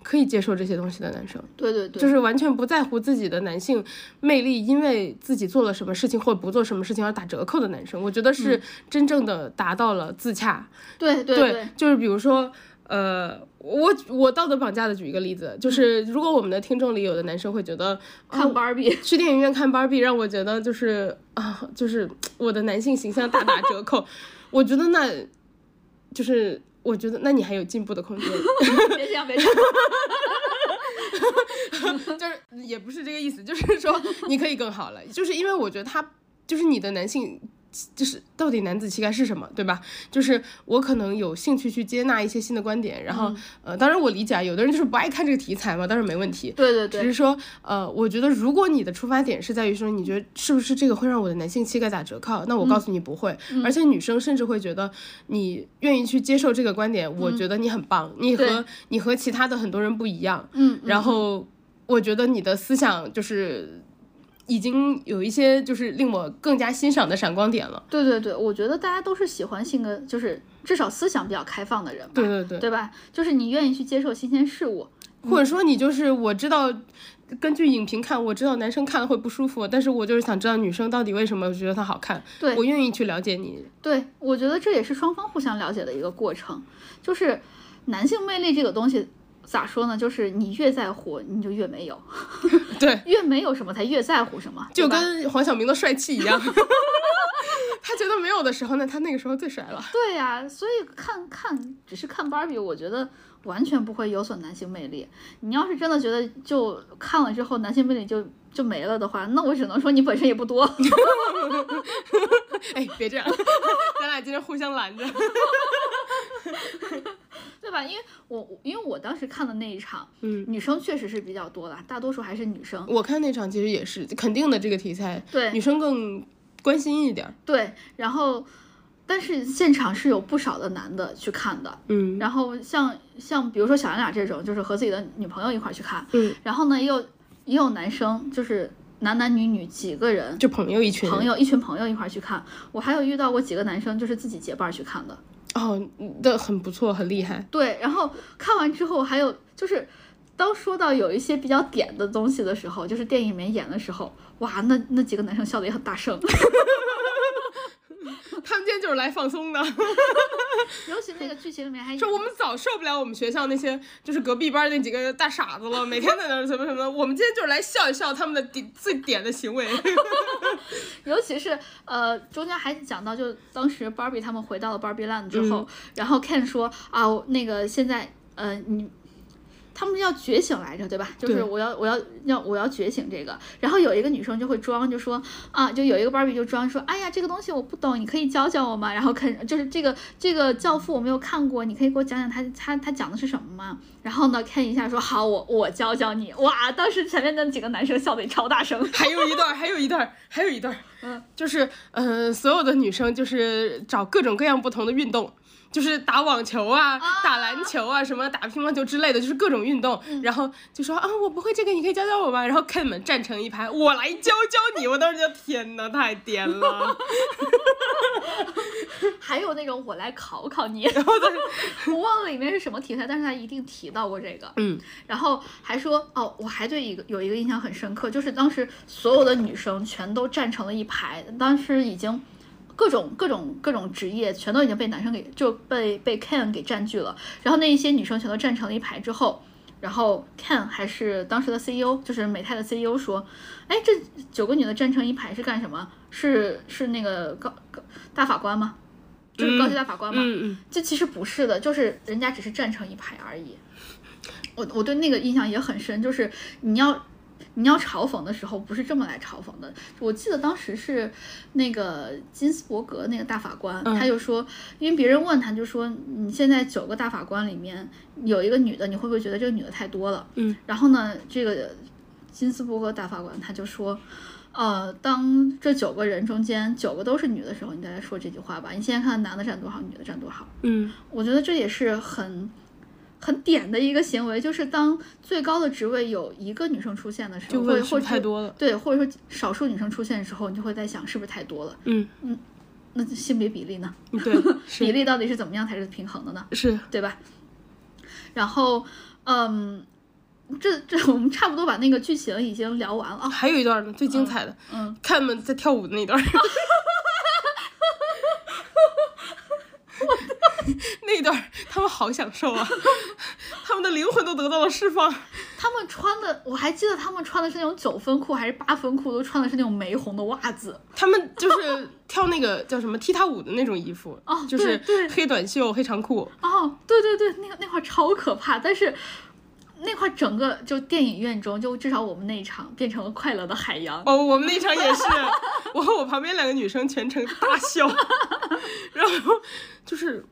[SPEAKER 1] 可以接受这些东西的男生。
[SPEAKER 2] 对对对，
[SPEAKER 1] 就是完全不在乎自己的男性魅力，因为自己做了什么事情或不做什么事情而打折扣的男生，我觉得是真正的达到了自洽。
[SPEAKER 2] 对对
[SPEAKER 1] 对，就是比如说，呃，我我道德绑架的举一个例子，就是如果我们的听众里有的男生会觉得，啊
[SPEAKER 2] 看 Barbie，
[SPEAKER 1] 去电影院看芭比，让我觉得就是啊，就是我的男性形象大打折扣。 [LAUGHS] 我觉得那，就是我觉得那你还有进步的空间。
[SPEAKER 2] [LAUGHS]
[SPEAKER 1] [LAUGHS]
[SPEAKER 2] 别这样，别这样。
[SPEAKER 1] 就是也不是这个意思，就是说你可以更好了，就是因为我觉得他就是你的男性。就是到底男子气概是什么，对吧？就是我可能有兴趣去接纳一些新的观点，然后、呃，当然我理解啊，有的人就是不爱看这个题材嘛，当然没问题。
[SPEAKER 2] 对对
[SPEAKER 1] 只
[SPEAKER 2] 对
[SPEAKER 1] 是说，呃，我觉得如果你的出发点是在于说，你觉得是不是这个会让我的男性气概打折扣？
[SPEAKER 2] 嗯
[SPEAKER 1] 那我告诉你不会，而且女生甚至会觉得你愿意去接受这个观点，我觉得你很棒，你
[SPEAKER 2] 嗯对
[SPEAKER 1] 和你和其他的很多人不一样。
[SPEAKER 2] 嗯，嗯，
[SPEAKER 1] 然后我觉得你的思想就是已经有一些就是令我更加欣赏的闪光点了。
[SPEAKER 2] 对对对，我觉得大家都是喜欢性格，就是至少思想比较开放的人吧，
[SPEAKER 1] 对对对，
[SPEAKER 2] 对吧？就是你愿意去接受新鲜事物，
[SPEAKER 1] 或者说你就是我知道，根据影评看，我知道男生看了会不舒服，但是我就是想知道女生到底为什么觉得它好看，
[SPEAKER 2] 对
[SPEAKER 1] 我愿意去了解你。
[SPEAKER 2] 对，我觉得这也是双方互相了解的一个过程。就是男性魅力这个东西，咋说呢？就是你越在乎，你就越没有；
[SPEAKER 1] [LAUGHS] 对，
[SPEAKER 2] [LAUGHS] 越没有什么，才越在乎什么。
[SPEAKER 1] 就
[SPEAKER 2] 对吧
[SPEAKER 1] 跟黄晓明的帅气一样。 [LAUGHS] 他觉得没有的时候呢，他那个时候最帅了。
[SPEAKER 2] 对呀、所以看看只是看芭比，我觉得完全不会有损男性魅力。你要是真的觉得就看了之后男性魅力就就没了的话，那我只能说你本身也不多。 [LAUGHS]
[SPEAKER 1] 哎，别这样， [LAUGHS] 咱俩今天互相拦着。
[SPEAKER 2] 对吧？因为我我因为我当时看的那一场，
[SPEAKER 1] 嗯，
[SPEAKER 2] 女生确实是比较多的，大多数还是女生。
[SPEAKER 1] [LAUGHS] 我看那场其实也是肯定的，这个题材
[SPEAKER 2] 对
[SPEAKER 1] 女生更关心一点儿。
[SPEAKER 2] 对，然后但是现场是有不少的男的去看的，
[SPEAKER 1] 嗯，
[SPEAKER 2] 然后像像比如说小安俩这种，就是和自己的女朋友一块儿去看，
[SPEAKER 1] 嗯，
[SPEAKER 2] 然后呢也有也有男生，就是男男女女几个人。
[SPEAKER 1] 就朋友一群
[SPEAKER 2] 朋友一群朋友一块儿去看，我还有遇到过几个男生就是自己结伴儿去看的，
[SPEAKER 1] 哦，那很不错，很厉害。
[SPEAKER 2] 对，然后看完之后还有就是，当说到有一些比较点的东西的时候，就是电影里面演的时候，哇，那那几个男生笑的也很大声， [LAUGHS]
[SPEAKER 1] 他们今天就是来放松的， [LAUGHS]
[SPEAKER 2] 尤其那个剧情里面还
[SPEAKER 1] 说我们早受不了我们学校那些就是隔壁班那几个大傻子了，每天在那儿什么什么，我们今天就是来笑一笑他们的点最点的行为。
[SPEAKER 2] 尤其是呃，中间还讲到，就当时 Barbie 他们回到了 Barbie Land 之后，然后 Ken 说啊，我那个现在呃你。他们要觉醒来着，对吧？就是
[SPEAKER 1] 对
[SPEAKER 2] 我要，我要，要，我要觉醒这个。然后有一个女生就会装，就说啊，就有一个 Barbie 就装说，哎呀，这个东西我不懂，你可以教教我吗？然后 Ken 就是这个这个教父我没有看过，你可以给我讲讲他他他讲的是什么吗？然后呢，Ken 一下说好，我我教教你。哇，当时前面那几个男生笑得也超大声。
[SPEAKER 1] 还有一段儿，还有一
[SPEAKER 2] [LAUGHS]
[SPEAKER 1] 段儿，还有一段儿，
[SPEAKER 2] 嗯
[SPEAKER 1] 就是呃，所有的女生就是找各种各样不同的运动。就是打网球啊，打篮球啊，什么打乒乓球之类的，就是各种运动。
[SPEAKER 2] 嗯
[SPEAKER 1] 然后就说啊，我不会这个，你可以教教我吗？然后 Ken 们站成一排，我来教教你。我当时就天哪，太颠
[SPEAKER 2] [LAUGHS]
[SPEAKER 1] 了。
[SPEAKER 2] 还有那种我来考考你， [LAUGHS] 我忘了里面是什么题材，但是他一定提到过这个，
[SPEAKER 1] 嗯，
[SPEAKER 2] 然后还说哦，我还对一个有一个印象很深刻，就是当时所有的女生全都站成了一排，当时已经。各种各种各种职业全都已经被男生给就被被 Ken 给占据了，然后那一些女生全都站成了一排之后，然后 Ken 还是当时的 CEO，就是美泰的 CEO 说，哎，这九个女的站成一排是干什么？是是那个高高大法官吗？就是高级大法官吗？
[SPEAKER 1] 嗯嗯，
[SPEAKER 2] 这其实不是的，就是人家只是站成一排而已。我我对那个印象也很深，就是你要你要嘲讽的时候，不是这么来嘲讽的。我记得当时是那个金斯伯格那个大法官，
[SPEAKER 1] 嗯
[SPEAKER 2] 他就说，因为别人问他就说，你现在九个大法官里面有一个女的，你会不会觉得这个女的太多了？
[SPEAKER 1] 嗯，
[SPEAKER 2] 然后呢，这个金斯伯格大法官他就说。呃，当这九个人中间九个都是女的时候，你再来说这句话吧。你现在看男的占多少，女的占多少？
[SPEAKER 1] 嗯
[SPEAKER 2] 我觉得这也是很很点的一个行为，就是当最高的职位有一个女生出现的时
[SPEAKER 1] 就
[SPEAKER 2] 候，
[SPEAKER 1] 位
[SPEAKER 2] 会
[SPEAKER 1] 置
[SPEAKER 2] 或者
[SPEAKER 1] 太多了
[SPEAKER 2] 对，或者说少数女生出现的时候，你就会在想是不是太多了？
[SPEAKER 1] 嗯，
[SPEAKER 2] 那性别比例呢？
[SPEAKER 1] 对，
[SPEAKER 2] [LAUGHS] 比
[SPEAKER 1] 是
[SPEAKER 2] 例到底是怎么样才是平衡的呢？
[SPEAKER 1] 是，
[SPEAKER 2] 对吧？然后，嗯，这这我们差不多把那个剧情已经聊完了啊。
[SPEAKER 1] 哦还有一段呢，最精彩的，
[SPEAKER 2] 嗯，
[SPEAKER 1] 看他们在跳舞的那段儿。 [LAUGHS] 那段儿他们好享受啊， [LAUGHS] 他们的灵魂都得到了释放。
[SPEAKER 2] 他们穿的，我还记得他们穿的是那种九分裤还是八分裤，都穿的是那种玫红的袜子。
[SPEAKER 1] 他们就是跳那个叫什么踢踏舞的那种衣服，
[SPEAKER 2] 哦
[SPEAKER 1] 就是
[SPEAKER 2] 对对
[SPEAKER 1] 黑短袖、黑长裤。
[SPEAKER 2] 哦，对对对，那个那块儿超可怕，但是那块儿整个就电影院中，就至少我们那一场变成了快乐的海洋。
[SPEAKER 1] [LAUGHS] 哦，我们那场也是，我和我旁边两个女生全程大笑， [LAUGHS] 然后就是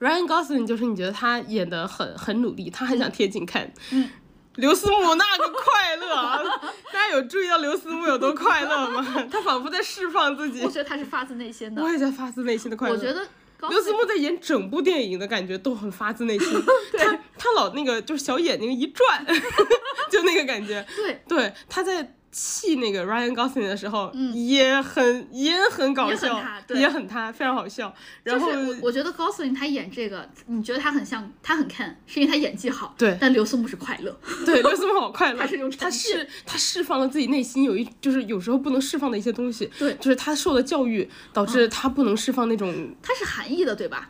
[SPEAKER 1] Ryan Gosling，就是你觉得他演的很很努力，他很想贴近看，
[SPEAKER 2] 嗯，
[SPEAKER 1] 刘思慕那个快乐啊， [LAUGHS] 大家有注意到刘思慕有多快乐吗？ [LAUGHS] 他仿佛在释放自己
[SPEAKER 2] 我，觉得他是发自内心的
[SPEAKER 1] 我，也在发自内心的快乐。
[SPEAKER 2] 我觉得高
[SPEAKER 1] 刘
[SPEAKER 2] 斯
[SPEAKER 1] 思慕在演整部电影的感觉都很发自内心，
[SPEAKER 2] [LAUGHS]
[SPEAKER 1] 他他老那个就是小眼睛一转， [LAUGHS] 就那个感觉。
[SPEAKER 2] 对
[SPEAKER 1] 对，他在气那个 Ryan Gosling 的时候，
[SPEAKER 2] 嗯
[SPEAKER 1] 也很也很搞
[SPEAKER 2] 也很
[SPEAKER 1] 笑，
[SPEAKER 2] 他对
[SPEAKER 1] 很他，非常好笑。然
[SPEAKER 2] 就是
[SPEAKER 1] 后、
[SPEAKER 2] 我，我觉得高斯林他演这个，你觉得他很像，他很 can，是因为他演技好。
[SPEAKER 1] 对
[SPEAKER 2] 但刘思慕是快乐。
[SPEAKER 1] 对刘思慕好
[SPEAKER 2] [LAUGHS]
[SPEAKER 1] 快乐，
[SPEAKER 2] 他是用
[SPEAKER 1] 他
[SPEAKER 2] 诚信
[SPEAKER 1] 释他释放了自己内心有一就是有时候不能释放的一些东西，
[SPEAKER 2] 对嗯
[SPEAKER 1] 就是他受的教育导致他不能释放那种，
[SPEAKER 2] 他是韩裔的，对吧？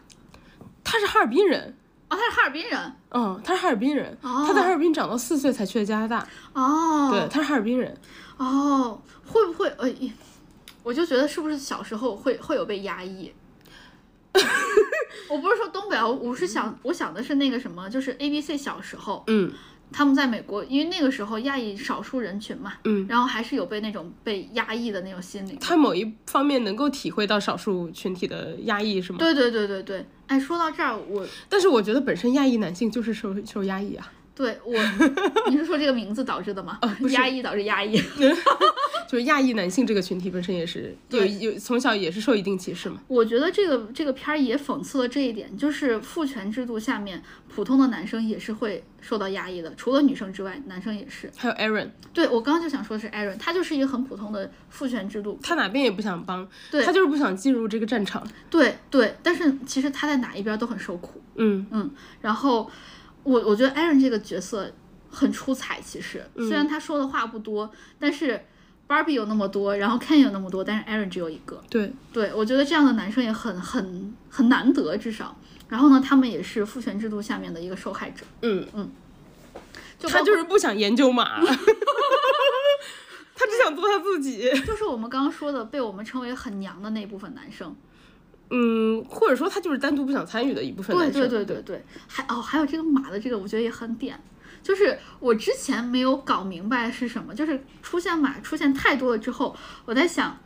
[SPEAKER 1] 他是哈尔滨人。
[SPEAKER 2] 哦，他是哈尔滨人。
[SPEAKER 1] 嗯，他是哈尔滨人，
[SPEAKER 2] 哦
[SPEAKER 1] 他在哈尔滨长到四岁才去的加拿大。
[SPEAKER 2] 哦，
[SPEAKER 1] 对，，他是哈尔滨人。
[SPEAKER 2] 哦，会不会？呃， [SNIFFS] 也我就觉得是不是小时候会会有被压抑？ [LAUGHS] 我不是说东北啊，我我是想我想的是那个什么，就是 A B C 小时候
[SPEAKER 1] 嗯
[SPEAKER 2] 他们在美国，因为那个时候亚裔少数人群嘛，
[SPEAKER 1] 嗯，
[SPEAKER 2] 然后还是有被那种被压抑的那种心理。
[SPEAKER 1] 他某一方面能够体会到少数群体的压抑，是吗？。
[SPEAKER 2] 对对对对对，哎，说到这儿，我
[SPEAKER 1] 但是我觉得本身亚裔男性就是受受压抑啊，
[SPEAKER 2] 对
[SPEAKER 1] [LAUGHS]
[SPEAKER 2] 我，你是说这个名字导致的吗？
[SPEAKER 1] 呃不是
[SPEAKER 2] 压抑导致压抑。
[SPEAKER 1] [LAUGHS] 就是亚裔男性这个群体本身也是有
[SPEAKER 2] 对
[SPEAKER 1] 有从小也是受一定歧视嘛。
[SPEAKER 2] 我觉得这个这个片儿也讽刺了这一点，就是父权制度下面，普通的男生也是会受到压抑的，除了女生之外，男生也是。
[SPEAKER 1] 还有 Aaron，
[SPEAKER 2] 对我刚刚就想说的是 Aaron，他就是一个很普通的父权制度。
[SPEAKER 1] 他哪边也不想帮，
[SPEAKER 2] 对
[SPEAKER 1] 他就是不想进入这个战场。
[SPEAKER 2] 对对，但是其实他在哪一边都很受苦。
[SPEAKER 1] 嗯
[SPEAKER 2] 嗯，然后我我觉得 Aaron 这个角色很出彩，其实虽然他说的话不多，但是 Barbie 有那么多，然后 Ken 有那么多，但是 Aaron 只有一个。
[SPEAKER 1] 对，
[SPEAKER 2] 对，我觉得这样的男生也很很很难得，至少。然后呢，他们也是父权制度下面的一个受害者。
[SPEAKER 1] 嗯，
[SPEAKER 2] 就
[SPEAKER 1] 他
[SPEAKER 2] 包
[SPEAKER 1] 就是不想研究马， [LAUGHS] 他只想做他自己。
[SPEAKER 2] 就是我们刚刚说的，被我们称为很娘的那部分男生。
[SPEAKER 1] 嗯，或者说他就是单独不想参与的一部分
[SPEAKER 2] 对
[SPEAKER 1] 男生。
[SPEAKER 2] 对对对对，还哦，还有这个马的这个，我觉得也很点。就是我之前没有搞明白是什么，就是出现马出现太多了之后，我在想，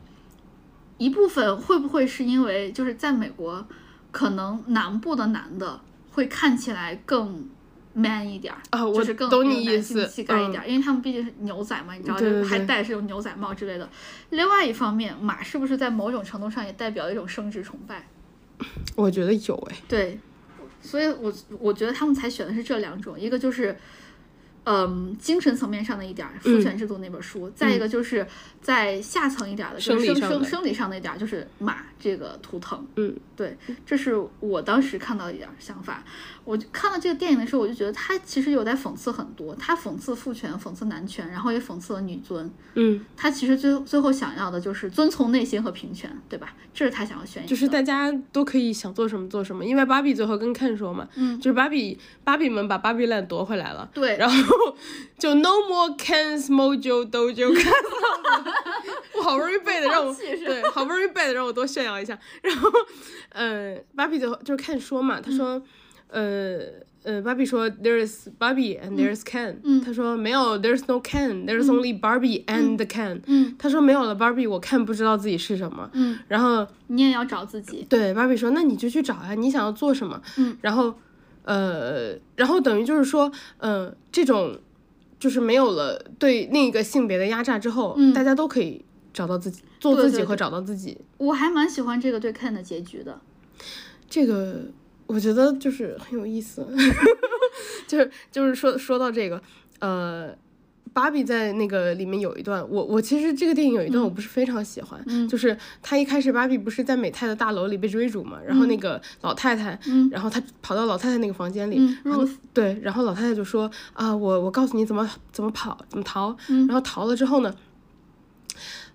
[SPEAKER 2] 一部分会不会是因为就是在美国，可能南部的男的会看起来更 man 一点儿
[SPEAKER 1] 啊我
[SPEAKER 2] 就是更
[SPEAKER 1] 懂
[SPEAKER 2] 有
[SPEAKER 1] 你意
[SPEAKER 2] 男性
[SPEAKER 1] 思嗯
[SPEAKER 2] 气概一点儿，因为他们毕竟是牛仔嘛，你知道，
[SPEAKER 1] 对对
[SPEAKER 2] 就还
[SPEAKER 1] 对
[SPEAKER 2] 戴着这种牛仔帽之类的。另外一方面，马是不是在某种程度上也代表一种生殖崇拜？
[SPEAKER 1] 我觉得有哎，
[SPEAKER 2] 对，所以我我觉得他们才选的是这两种，一个就是，嗯，精神层面上的一点儿，父
[SPEAKER 1] 嗯
[SPEAKER 2] 权制度那本书；再一个就是在下层一点儿的，就是
[SPEAKER 1] 生理
[SPEAKER 2] 生
[SPEAKER 1] 上
[SPEAKER 2] 生
[SPEAKER 1] 的
[SPEAKER 2] 生理上的一点儿，就是马这个图腾。
[SPEAKER 1] 嗯，
[SPEAKER 2] 对，这是我当时看到的一点儿想法。我就看到这个电影的时候，我就觉得他其实有在讽刺很多，他讽刺父权，讽刺男权，然后也讽刺了女尊。
[SPEAKER 1] 嗯，
[SPEAKER 2] 他其实最最后想要的就是遵从内心和平权，对吧？这是他想要宣扬的。
[SPEAKER 1] 就是大家都可以想做什么做什么，因为芭比最后跟 Ken 说嘛，
[SPEAKER 2] 嗯
[SPEAKER 1] 就是芭比芭比们把芭比 land 夺回来了，
[SPEAKER 2] 对，
[SPEAKER 1] 然后就 no more Ken's mojo dojo cast，我好不容易背的，让我
[SPEAKER 2] 放弃是吧
[SPEAKER 1] 对，好不容易背的，让我多炫耀一下。然后，呃，芭比最后就是 Ken 说嘛，他
[SPEAKER 2] 嗯
[SPEAKER 1] 说，呃。呃，芭比说，there's Barbie and there's Ken、
[SPEAKER 2] 嗯
[SPEAKER 1] 他说没有，there's no Ken，there's only Barbie and Ken、
[SPEAKER 2] 嗯
[SPEAKER 1] 他说没有了 Barbie，我 Ken 不知道自己是什么。
[SPEAKER 2] 嗯，
[SPEAKER 1] 然后
[SPEAKER 2] 你也要找自己。
[SPEAKER 1] 对，芭比说：“那你就去找呀、你想要做什么？”
[SPEAKER 2] 嗯，
[SPEAKER 1] 然后，呃，然后等于就是说，呃，这种就是没有了对另一个性别的压榨之后，
[SPEAKER 2] 嗯
[SPEAKER 1] 大家都可以找到自己，做
[SPEAKER 2] 对
[SPEAKER 1] 自
[SPEAKER 2] 对
[SPEAKER 1] 己和
[SPEAKER 2] 对
[SPEAKER 1] 找到自己。
[SPEAKER 2] 我还蛮喜欢这个对 Ken 的结局的。
[SPEAKER 1] 这个我觉得就是很有意思， [LAUGHS] 就是就是说说到这个，呃，芭比在那个里面有一段，我我其实这个电影有一段我不是非常喜欢，
[SPEAKER 2] 嗯
[SPEAKER 1] 就是她一开始芭比不是在美泰的大楼里被追逐嘛，然后那个老太太，
[SPEAKER 2] 嗯
[SPEAKER 1] 然后她跑到老太太那个房间里，
[SPEAKER 2] 嗯
[SPEAKER 1] 然后
[SPEAKER 2] Ruth
[SPEAKER 1] 对，然后老太太就说啊、我我告诉你怎么怎么跑，怎么逃，
[SPEAKER 2] 嗯
[SPEAKER 1] 然后逃了之后呢，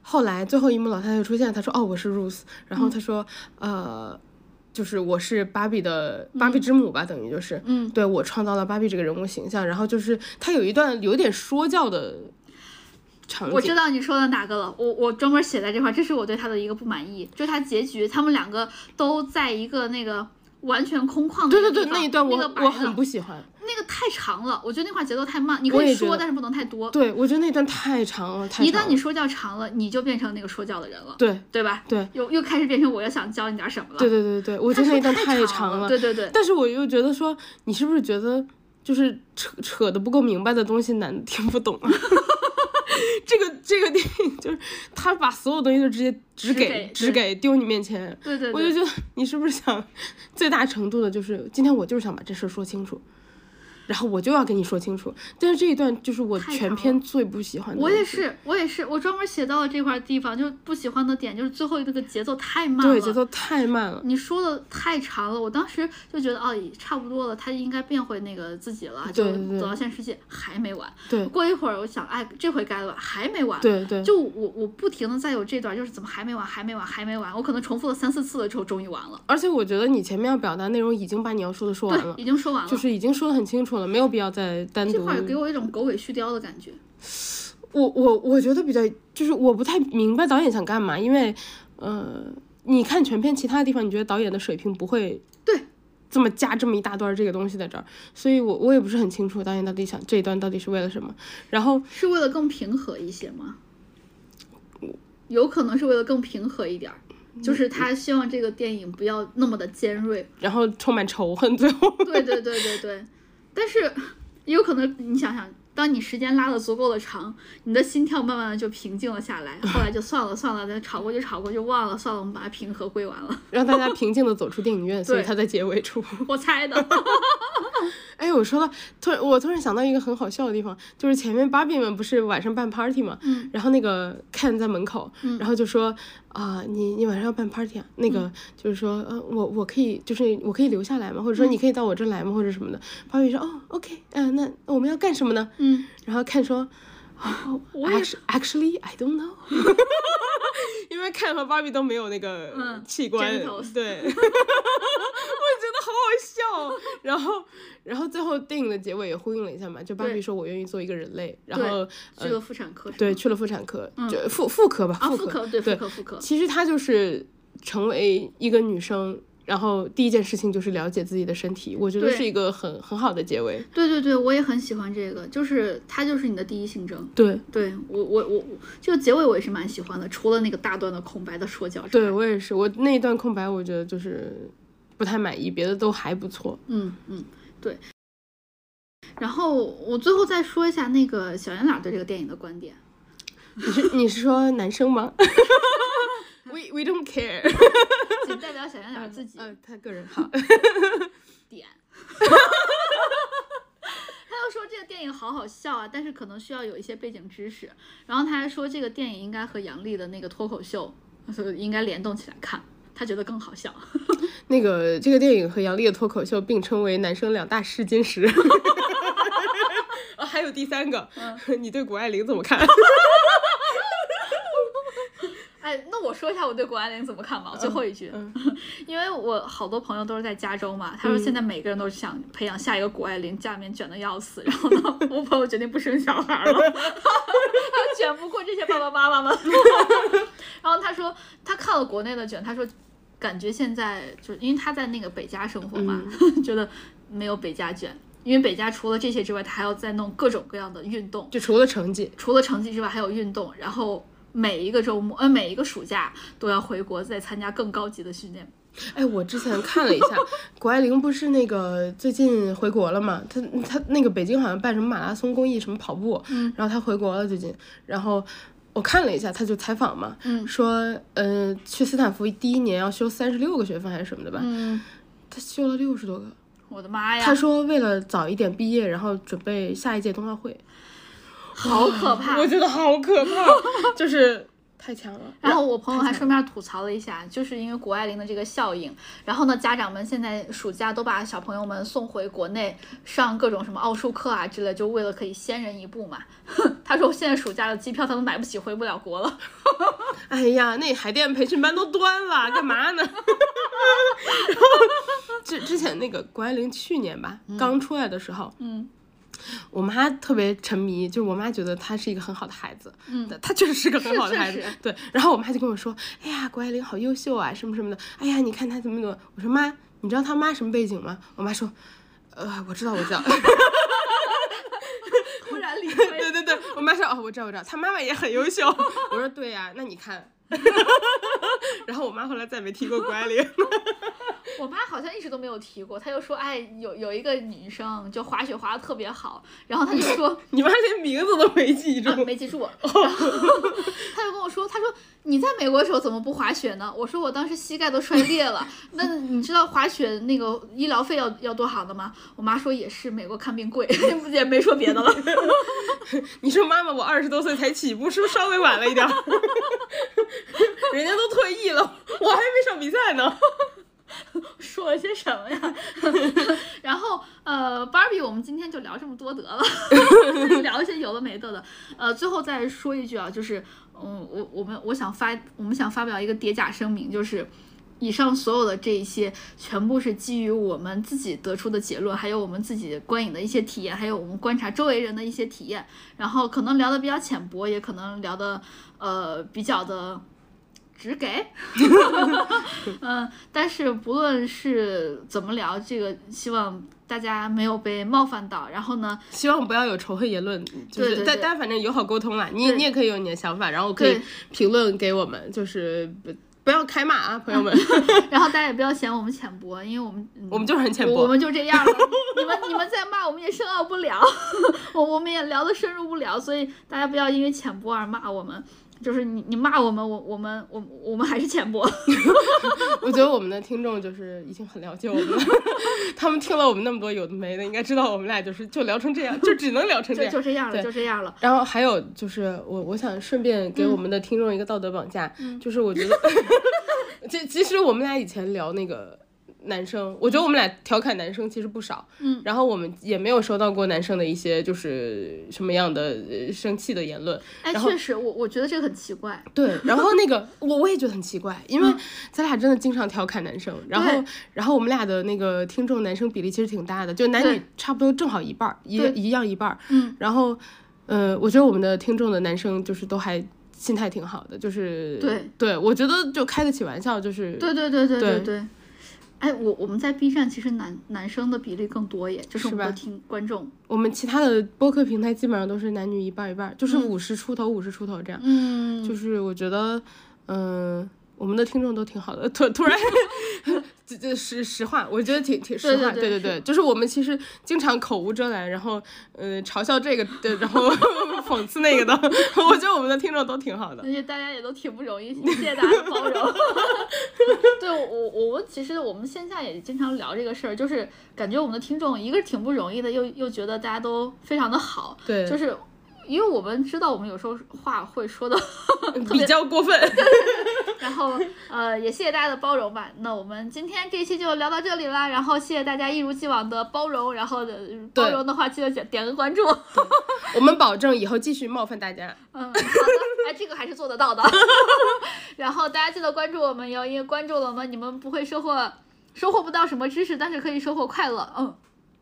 [SPEAKER 1] 后来最后一幕老太太就出现，她说：“哦，我是 Ruth。”然
[SPEAKER 2] 嗯
[SPEAKER 1] 后她说：“呃，就是我是芭比的芭比之母吧，等于就是，
[SPEAKER 2] 嗯，
[SPEAKER 1] 对我创造了芭比这个人物形象。然后就是她有一段有点说教的场景，
[SPEAKER 2] 我知道你说的哪个了，我我专门写在这块儿，这是我对他的一个不满意，就是他结局他们两个都在一个那个完全空旷的
[SPEAKER 1] 对对
[SPEAKER 2] 个
[SPEAKER 1] 对，
[SPEAKER 2] 地
[SPEAKER 1] 那
[SPEAKER 2] 方
[SPEAKER 1] 一段我、
[SPEAKER 2] 那个白
[SPEAKER 1] 我
[SPEAKER 2] 的
[SPEAKER 1] 很不喜欢，
[SPEAKER 2] 那个太长了，我觉得那块节奏太慢，你
[SPEAKER 1] 我
[SPEAKER 2] 可以
[SPEAKER 1] 也觉
[SPEAKER 2] 说，
[SPEAKER 1] 得
[SPEAKER 2] 但是不能太多。
[SPEAKER 1] 对我觉得那段太长了，太
[SPEAKER 2] 一
[SPEAKER 1] 长
[SPEAKER 2] 旦
[SPEAKER 1] 了
[SPEAKER 2] 你说教长了，你就变成那个说教的人了，
[SPEAKER 1] 对
[SPEAKER 2] 对吧？
[SPEAKER 1] 对
[SPEAKER 2] 又又开始变成我要想教你点什么了。
[SPEAKER 1] 对对对对，我觉得
[SPEAKER 2] 但是
[SPEAKER 1] 那一段
[SPEAKER 2] 太
[SPEAKER 1] 长
[SPEAKER 2] 了，对对对。
[SPEAKER 1] 但是我又觉得说，你是不是觉得就是扯扯的不够明白的东西，男的听不懂啊？ [LAUGHS] 这个这个电影就是他把所有东西都直接只
[SPEAKER 2] 只
[SPEAKER 1] 给
[SPEAKER 2] 给
[SPEAKER 1] 只
[SPEAKER 2] 对
[SPEAKER 1] 给丢你面前，
[SPEAKER 2] 对对
[SPEAKER 1] 我就
[SPEAKER 2] 对，
[SPEAKER 1] 觉得你是不是想最大程度的就是今天我就是想把这事儿说清楚，然后我就要跟你说清楚。但是这一段就是我
[SPEAKER 2] 太
[SPEAKER 1] 全
[SPEAKER 2] 长
[SPEAKER 1] 片
[SPEAKER 2] 了
[SPEAKER 1] 最不喜欢的，
[SPEAKER 2] 我也。是，我也是，我专门写到了这块地方，就是不喜欢的点，就是最后那个节奏太慢了。
[SPEAKER 1] 对，节奏太慢了。
[SPEAKER 2] 你说的太长了，我当时就觉得哦，也差不多了，他应该变回那个自己了，就
[SPEAKER 1] 对对对
[SPEAKER 2] 走到现实世界，还没完。
[SPEAKER 1] 对
[SPEAKER 2] 过一会儿我想，哎，这回该了吧，还没完。
[SPEAKER 1] 对对，
[SPEAKER 2] 就我我不停的在有这段，就是怎么还没完，还没完，还没完，我可能重复了三四次了之后，终于完了，
[SPEAKER 1] 而且我觉得你前面要表达内容已经把你要说的说完了
[SPEAKER 2] 对，已，经说完了。
[SPEAKER 1] 就是已经说的很清楚了，没有必要再单独。
[SPEAKER 2] 啊这块儿给我一种狗尾续貂的感觉。
[SPEAKER 1] 我我我觉得比较就是我不太明白导演想干嘛，因为，呃，你看全片其他地方，你觉得导演的水平不会
[SPEAKER 2] 对
[SPEAKER 1] 这么加这么一大段这个东西在这儿，所以我我也不是很清楚导演到底想这一段到底是为了什么。然后
[SPEAKER 2] 是为了更平和一些吗？有可能是为了更平和一点儿，就是他希望这个电影不要那么的尖锐。
[SPEAKER 1] 然后充满仇恨，最后 [LAUGHS]
[SPEAKER 2] 对对对对对，但是也有可能你想想，当你时间拉的足够的长，你的心跳慢慢的就平静了下来，后来就算了算了，那吵过就吵过就忘了，算了，我们把它平和归完
[SPEAKER 1] [LAUGHS]
[SPEAKER 2] 了。
[SPEAKER 1] 让大家平静的走出电影院，所以
[SPEAKER 2] 对
[SPEAKER 1] 他在结尾处。
[SPEAKER 2] 我猜的，
[SPEAKER 1] 哎，我说到突然，我突然想到一个很好笑的地方，就是前面芭比们不是晚上办 party 嘛，
[SPEAKER 2] 嗯
[SPEAKER 1] 然后那个 Ken 在门口，然后就说啊、你你晚上要办 party 啊？那
[SPEAKER 2] 嗯
[SPEAKER 1] 个就是说，呃，我我可以就是我可以留下来吗？或者
[SPEAKER 2] 嗯
[SPEAKER 1] 说你可以到我这来吗？或者什么的。芭比说，哦，OK，嗯、那那我们要干什么呢？
[SPEAKER 2] 嗯，
[SPEAKER 1] 然后 Ken 说。哦、
[SPEAKER 2] 我
[SPEAKER 1] a c t u a l l y I don't know，因为 Ken 和芭比都没有那个
[SPEAKER 2] 嗯
[SPEAKER 1] 器官，
[SPEAKER 2] genitals
[SPEAKER 1] 对， [LAUGHS] 我觉得好好笑哦。然后，然后最后电影的结尾也呼应了一下嘛，就芭比
[SPEAKER 2] 对
[SPEAKER 1] 说我愿意做一个人类，然
[SPEAKER 2] 对
[SPEAKER 1] 后呃
[SPEAKER 2] 去了妇产科是吗
[SPEAKER 1] 对去了妇产科，就妇妇科吧，
[SPEAKER 2] 啊，妇
[SPEAKER 1] 科
[SPEAKER 2] 科对妇
[SPEAKER 1] 对
[SPEAKER 2] 科妇科，
[SPEAKER 1] 其实她就是成为一个女生。然后第一件事情就是了解自己的身体，我觉得
[SPEAKER 2] 对
[SPEAKER 1] 是一个很很好的结尾。
[SPEAKER 2] 对对对，我也很喜欢这个，就是它就是你的第一性征。
[SPEAKER 1] 对，
[SPEAKER 2] 对我我我我这个结尾我也是蛮喜欢的，除了那个大段的空白的说教之外，
[SPEAKER 1] 对我也是，我那一段空白，我觉得就是不太满意，别的都还不错。
[SPEAKER 2] 嗯嗯，对。然后我最后再说一下那个小圆脸对这个电影的观
[SPEAKER 1] [LAUGHS]
[SPEAKER 2] 点。
[SPEAKER 1] 你是你是说男生吗？We [LAUGHS] we don't care
[SPEAKER 2] 仅代表小圆脸 [LAUGHS] 自己
[SPEAKER 1] 嗯，他个
[SPEAKER 2] [LAUGHS]
[SPEAKER 1] 人好。
[SPEAKER 2] 点。他又说这个电影好好笑啊，但是可能需要有一些背景知识。然后他还说这个电影应该和杨笠的那个脱口秀，所以应该联动起来看，他觉得更好笑。
[SPEAKER 1] 那个这个电影和杨笠的脱口秀并称为男生两大试金 [LAUGHS] 石。啊，还有第三个， [LAUGHS] 你对谷爱凌怎么看？ [LAUGHS]
[SPEAKER 2] 哎，那我说一下我对谷爱凌怎么看吧，最后一句，
[SPEAKER 1] 嗯
[SPEAKER 2] [LAUGHS] 因为我好多朋友都是在加州嘛，他说现在每个人都想培养下一个谷爱凌，家里面卷的要死，然后呢，我朋友决定不生小孩了， [LAUGHS] 他卷不过这些爸爸妈妈们， [LAUGHS] 然后他说他看了国内的卷，他说感觉现在就是因为他在那个北加生活嘛，
[SPEAKER 1] 嗯
[SPEAKER 2] [LAUGHS] 觉得没有北加卷。因为北加除了这些之外，他还要再弄各种各样的运动，
[SPEAKER 1] 就除了成绩，
[SPEAKER 2] 除了成绩之外，还有运动，然后每一个周末呃每一个暑假都要回国再参加更高级的训练。
[SPEAKER 1] 哎，我之前看了一下，谷爱凌不是那个最近回国了嘛？她她那个北京好像办什么马拉松公益什么跑步，
[SPEAKER 2] 嗯
[SPEAKER 1] 然后她回国了最近，然后我看了一下，她就采访嘛，
[SPEAKER 2] 嗯
[SPEAKER 1] 说呃去斯坦福第一年要修三十六个学分还是什么的吧，
[SPEAKER 2] 嗯，
[SPEAKER 1] 她修了六十多个。
[SPEAKER 2] 我的妈呀，
[SPEAKER 1] 她说为了早一点毕业，然后准备下一届冬奥会，
[SPEAKER 2] 好 [LAUGHS] 可怕。
[SPEAKER 1] 我觉得好可怕，就是太强了。
[SPEAKER 2] 啊然后我朋友还顺便吐槽了一下，就是因为谷爱凌的这个效应，然后呢，家长们现在暑假都把小朋友们送回国内上各种什么奥数课啊之类，就为了可以先人一步嘛。 [LAUGHS] 他说现在暑假的机票他都买不起，回不了国了。 [LAUGHS]
[SPEAKER 1] 哎呀，那海淀培训班都端
[SPEAKER 2] [LAUGHS]
[SPEAKER 1] 了，干嘛呢？然 [LAUGHS] 后之之前那个谷爱凌去年吧、刚出来的时候，
[SPEAKER 2] 嗯
[SPEAKER 1] 我妈特别沉迷，就是我妈觉得她是一个很好的孩子，
[SPEAKER 2] 嗯，
[SPEAKER 1] 她确实是个很好的
[SPEAKER 2] 是
[SPEAKER 1] 孩子
[SPEAKER 2] 确实，
[SPEAKER 1] 对。然后我妈就跟我说：“哎呀，谷爱凌好优秀啊，什么什么的。哎呀，你看她怎么怎么。”我说：“妈，你知道她妈什么背景吗？”我妈说：“呃，我知道，我
[SPEAKER 2] [LAUGHS]
[SPEAKER 1] 知道。”
[SPEAKER 2] 突然理
[SPEAKER 1] 对
[SPEAKER 2] 亏。
[SPEAKER 1] 对对，我妈说哦，我知道我知道，她妈妈也很优秀。我说对呀、那你看。 [LAUGHS] 然后我妈后来再也没提过谷爱凌。
[SPEAKER 2] 我妈好像一直都没有提过，她就说，哎，有有一个女生就滑雪滑的特别好，然后她就说。
[SPEAKER 1] 你妈连名字都没记住哦
[SPEAKER 2] 啊，没记住。 [LAUGHS] 然后他就跟我说，他说你在美国的时候怎么不滑雪呢？我说我当时膝盖都摔裂了。 [LAUGHS] 那你知道滑雪那个医疗费要要多少的吗？我妈说也是，美国看病贵， [LAUGHS] 也没说别的了。
[SPEAKER 1] [LAUGHS] 你说妈妈，我二十多岁才起步，是不是稍微晚了一点儿？ [LAUGHS] 人家都退役了，我还没上比赛呢。
[SPEAKER 2] [LAUGHS] 说了些什么呀？ [LAUGHS] 然后呃芭比，我们今天就聊这么多得了， [LAUGHS] 聊一些有的没的的。呃，最后再说一句啊，就是嗯，我我们我想发我们想发表一个叠假声明，就是。以上所有的这一些，全部是基于我们自己得出的结论，还有我们自己观影的一些体验，还有我们观察周围人的一些体验。然后可能聊的比较浅薄，也可能聊的呃比较的直给， [LAUGHS] 嗯，但是不论是怎么聊，这个希望大家没有被冒犯到。然后呢，
[SPEAKER 1] [LAUGHS] 希望不要有仇恨言论，就是
[SPEAKER 2] 对对
[SPEAKER 1] 但
[SPEAKER 2] 对
[SPEAKER 1] 但反正友好沟通啦。你
[SPEAKER 2] 对
[SPEAKER 1] 你也可以有你的想法，然后可以
[SPEAKER 2] 对
[SPEAKER 1] 评论给我们，就是不不要开骂啊，朋 [LAUGHS] 友们，
[SPEAKER 2] 然后大家也不要嫌我们浅薄，因为我们、嗯
[SPEAKER 1] 我们就是很浅薄。
[SPEAKER 2] 我我们就这样了。你们你们再骂我们也深奥不了， [LAUGHS] 我我们也聊得深入不了，所以大家不要因为浅薄而骂我们。就是你你骂我们，我我们我我们还是浅薄。
[SPEAKER 1] [LAUGHS] 我觉得我们的听众就是已经很了解我们了，他们听了我们那么多有的没的，应该知道我们俩就是就聊成这样，就只能聊成这
[SPEAKER 2] 就
[SPEAKER 1] 样。
[SPEAKER 2] 就这样了，
[SPEAKER 1] [LAUGHS] 对
[SPEAKER 2] 就这样了。
[SPEAKER 1] 然后还有就是我我想顺便给我们的听众一个道德绑架，
[SPEAKER 2] 嗯
[SPEAKER 1] 就是我觉得， [LAUGHS] 其其实我们俩以前聊那个。男生，我觉得我们俩调侃男生其实不少，
[SPEAKER 2] 嗯，
[SPEAKER 1] 然后我们也没有收到过男生的一些就是什么样的呃生气的言论，
[SPEAKER 2] 哎，
[SPEAKER 1] 然后
[SPEAKER 2] 确实，我我觉得这个很奇怪。
[SPEAKER 1] 对，然后那个我我也觉得很奇怪，因为咱俩真的经常调侃男生，然后
[SPEAKER 2] 嗯对
[SPEAKER 1] 然后我们俩的那个听众男生比例其实挺大的，就男女
[SPEAKER 2] 对
[SPEAKER 1] 差不多正好一半儿，一
[SPEAKER 2] 对
[SPEAKER 1] 一样一半儿。
[SPEAKER 2] 嗯，
[SPEAKER 1] 然后，呃，我觉得我们的听众的男生就是都还心态挺好的，就是
[SPEAKER 2] 对
[SPEAKER 1] 对，我觉得就开得起玩笑，就是
[SPEAKER 2] 对对对对
[SPEAKER 1] 对
[SPEAKER 2] 对。哎，我我们在 B 站其实男男生的比例更多耶，就是我
[SPEAKER 1] 是
[SPEAKER 2] 们
[SPEAKER 1] 吧
[SPEAKER 2] 的听观众。
[SPEAKER 1] 我们其他的播客平台基本上都是男女一半儿一半儿，就是五十出头五十出头这样，
[SPEAKER 2] 嗯，
[SPEAKER 1] 就是我觉得，嗯、我们的听众都挺好的。突突
[SPEAKER 2] [LAUGHS]
[SPEAKER 1] 然，这这实实话，我觉得挺挺实
[SPEAKER 2] 对对
[SPEAKER 1] 话，
[SPEAKER 2] 对
[SPEAKER 1] 对
[SPEAKER 2] 是
[SPEAKER 1] 就是我们其实经常口无遮拦，然后呃嘲笑这个，对然后 [LAUGHS] 讽刺那个的。 [LAUGHS] 我觉得我们的听众都挺好的
[SPEAKER 2] 而。且大家也都挺不容易，谢谢大家的包容。对我，我们其实我们线下也经常聊这个事儿，就是感觉我们的听众一个是挺不容易的，又又觉得大家都非常的好，
[SPEAKER 1] 对，
[SPEAKER 2] 就是因为我们知道我们有时候话会说的嗯
[SPEAKER 1] 比较过
[SPEAKER 2] [LAUGHS]
[SPEAKER 1] 分。
[SPEAKER 2] 然后呃，也谢谢大家的包容吧。那我们今天这一期就聊到这里啦，然后谢谢大家一如既往的包容，然后的呃
[SPEAKER 1] 对
[SPEAKER 2] 包容的话记得点点个关注。
[SPEAKER 1] 我们保证以后继续冒犯大家。
[SPEAKER 2] 嗯，好的，哎，这个还是做得到的。 [LAUGHS] 然后大家记得关注我们哟，因为关注了我们，你们不会收获收获不到什么知识，但是可以收获快乐。嗯，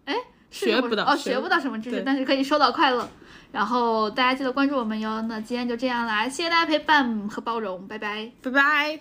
[SPEAKER 2] 哎，是
[SPEAKER 1] 学
[SPEAKER 2] 这么
[SPEAKER 1] 不到
[SPEAKER 2] 哦，
[SPEAKER 1] 学
[SPEAKER 2] 学不到什么知识，
[SPEAKER 1] 对
[SPEAKER 2] 但是可以收到快乐。然后大家记得关注我们哟。那今天就这样啦，谢谢大家陪伴和包容，拜拜。
[SPEAKER 1] 拜拜。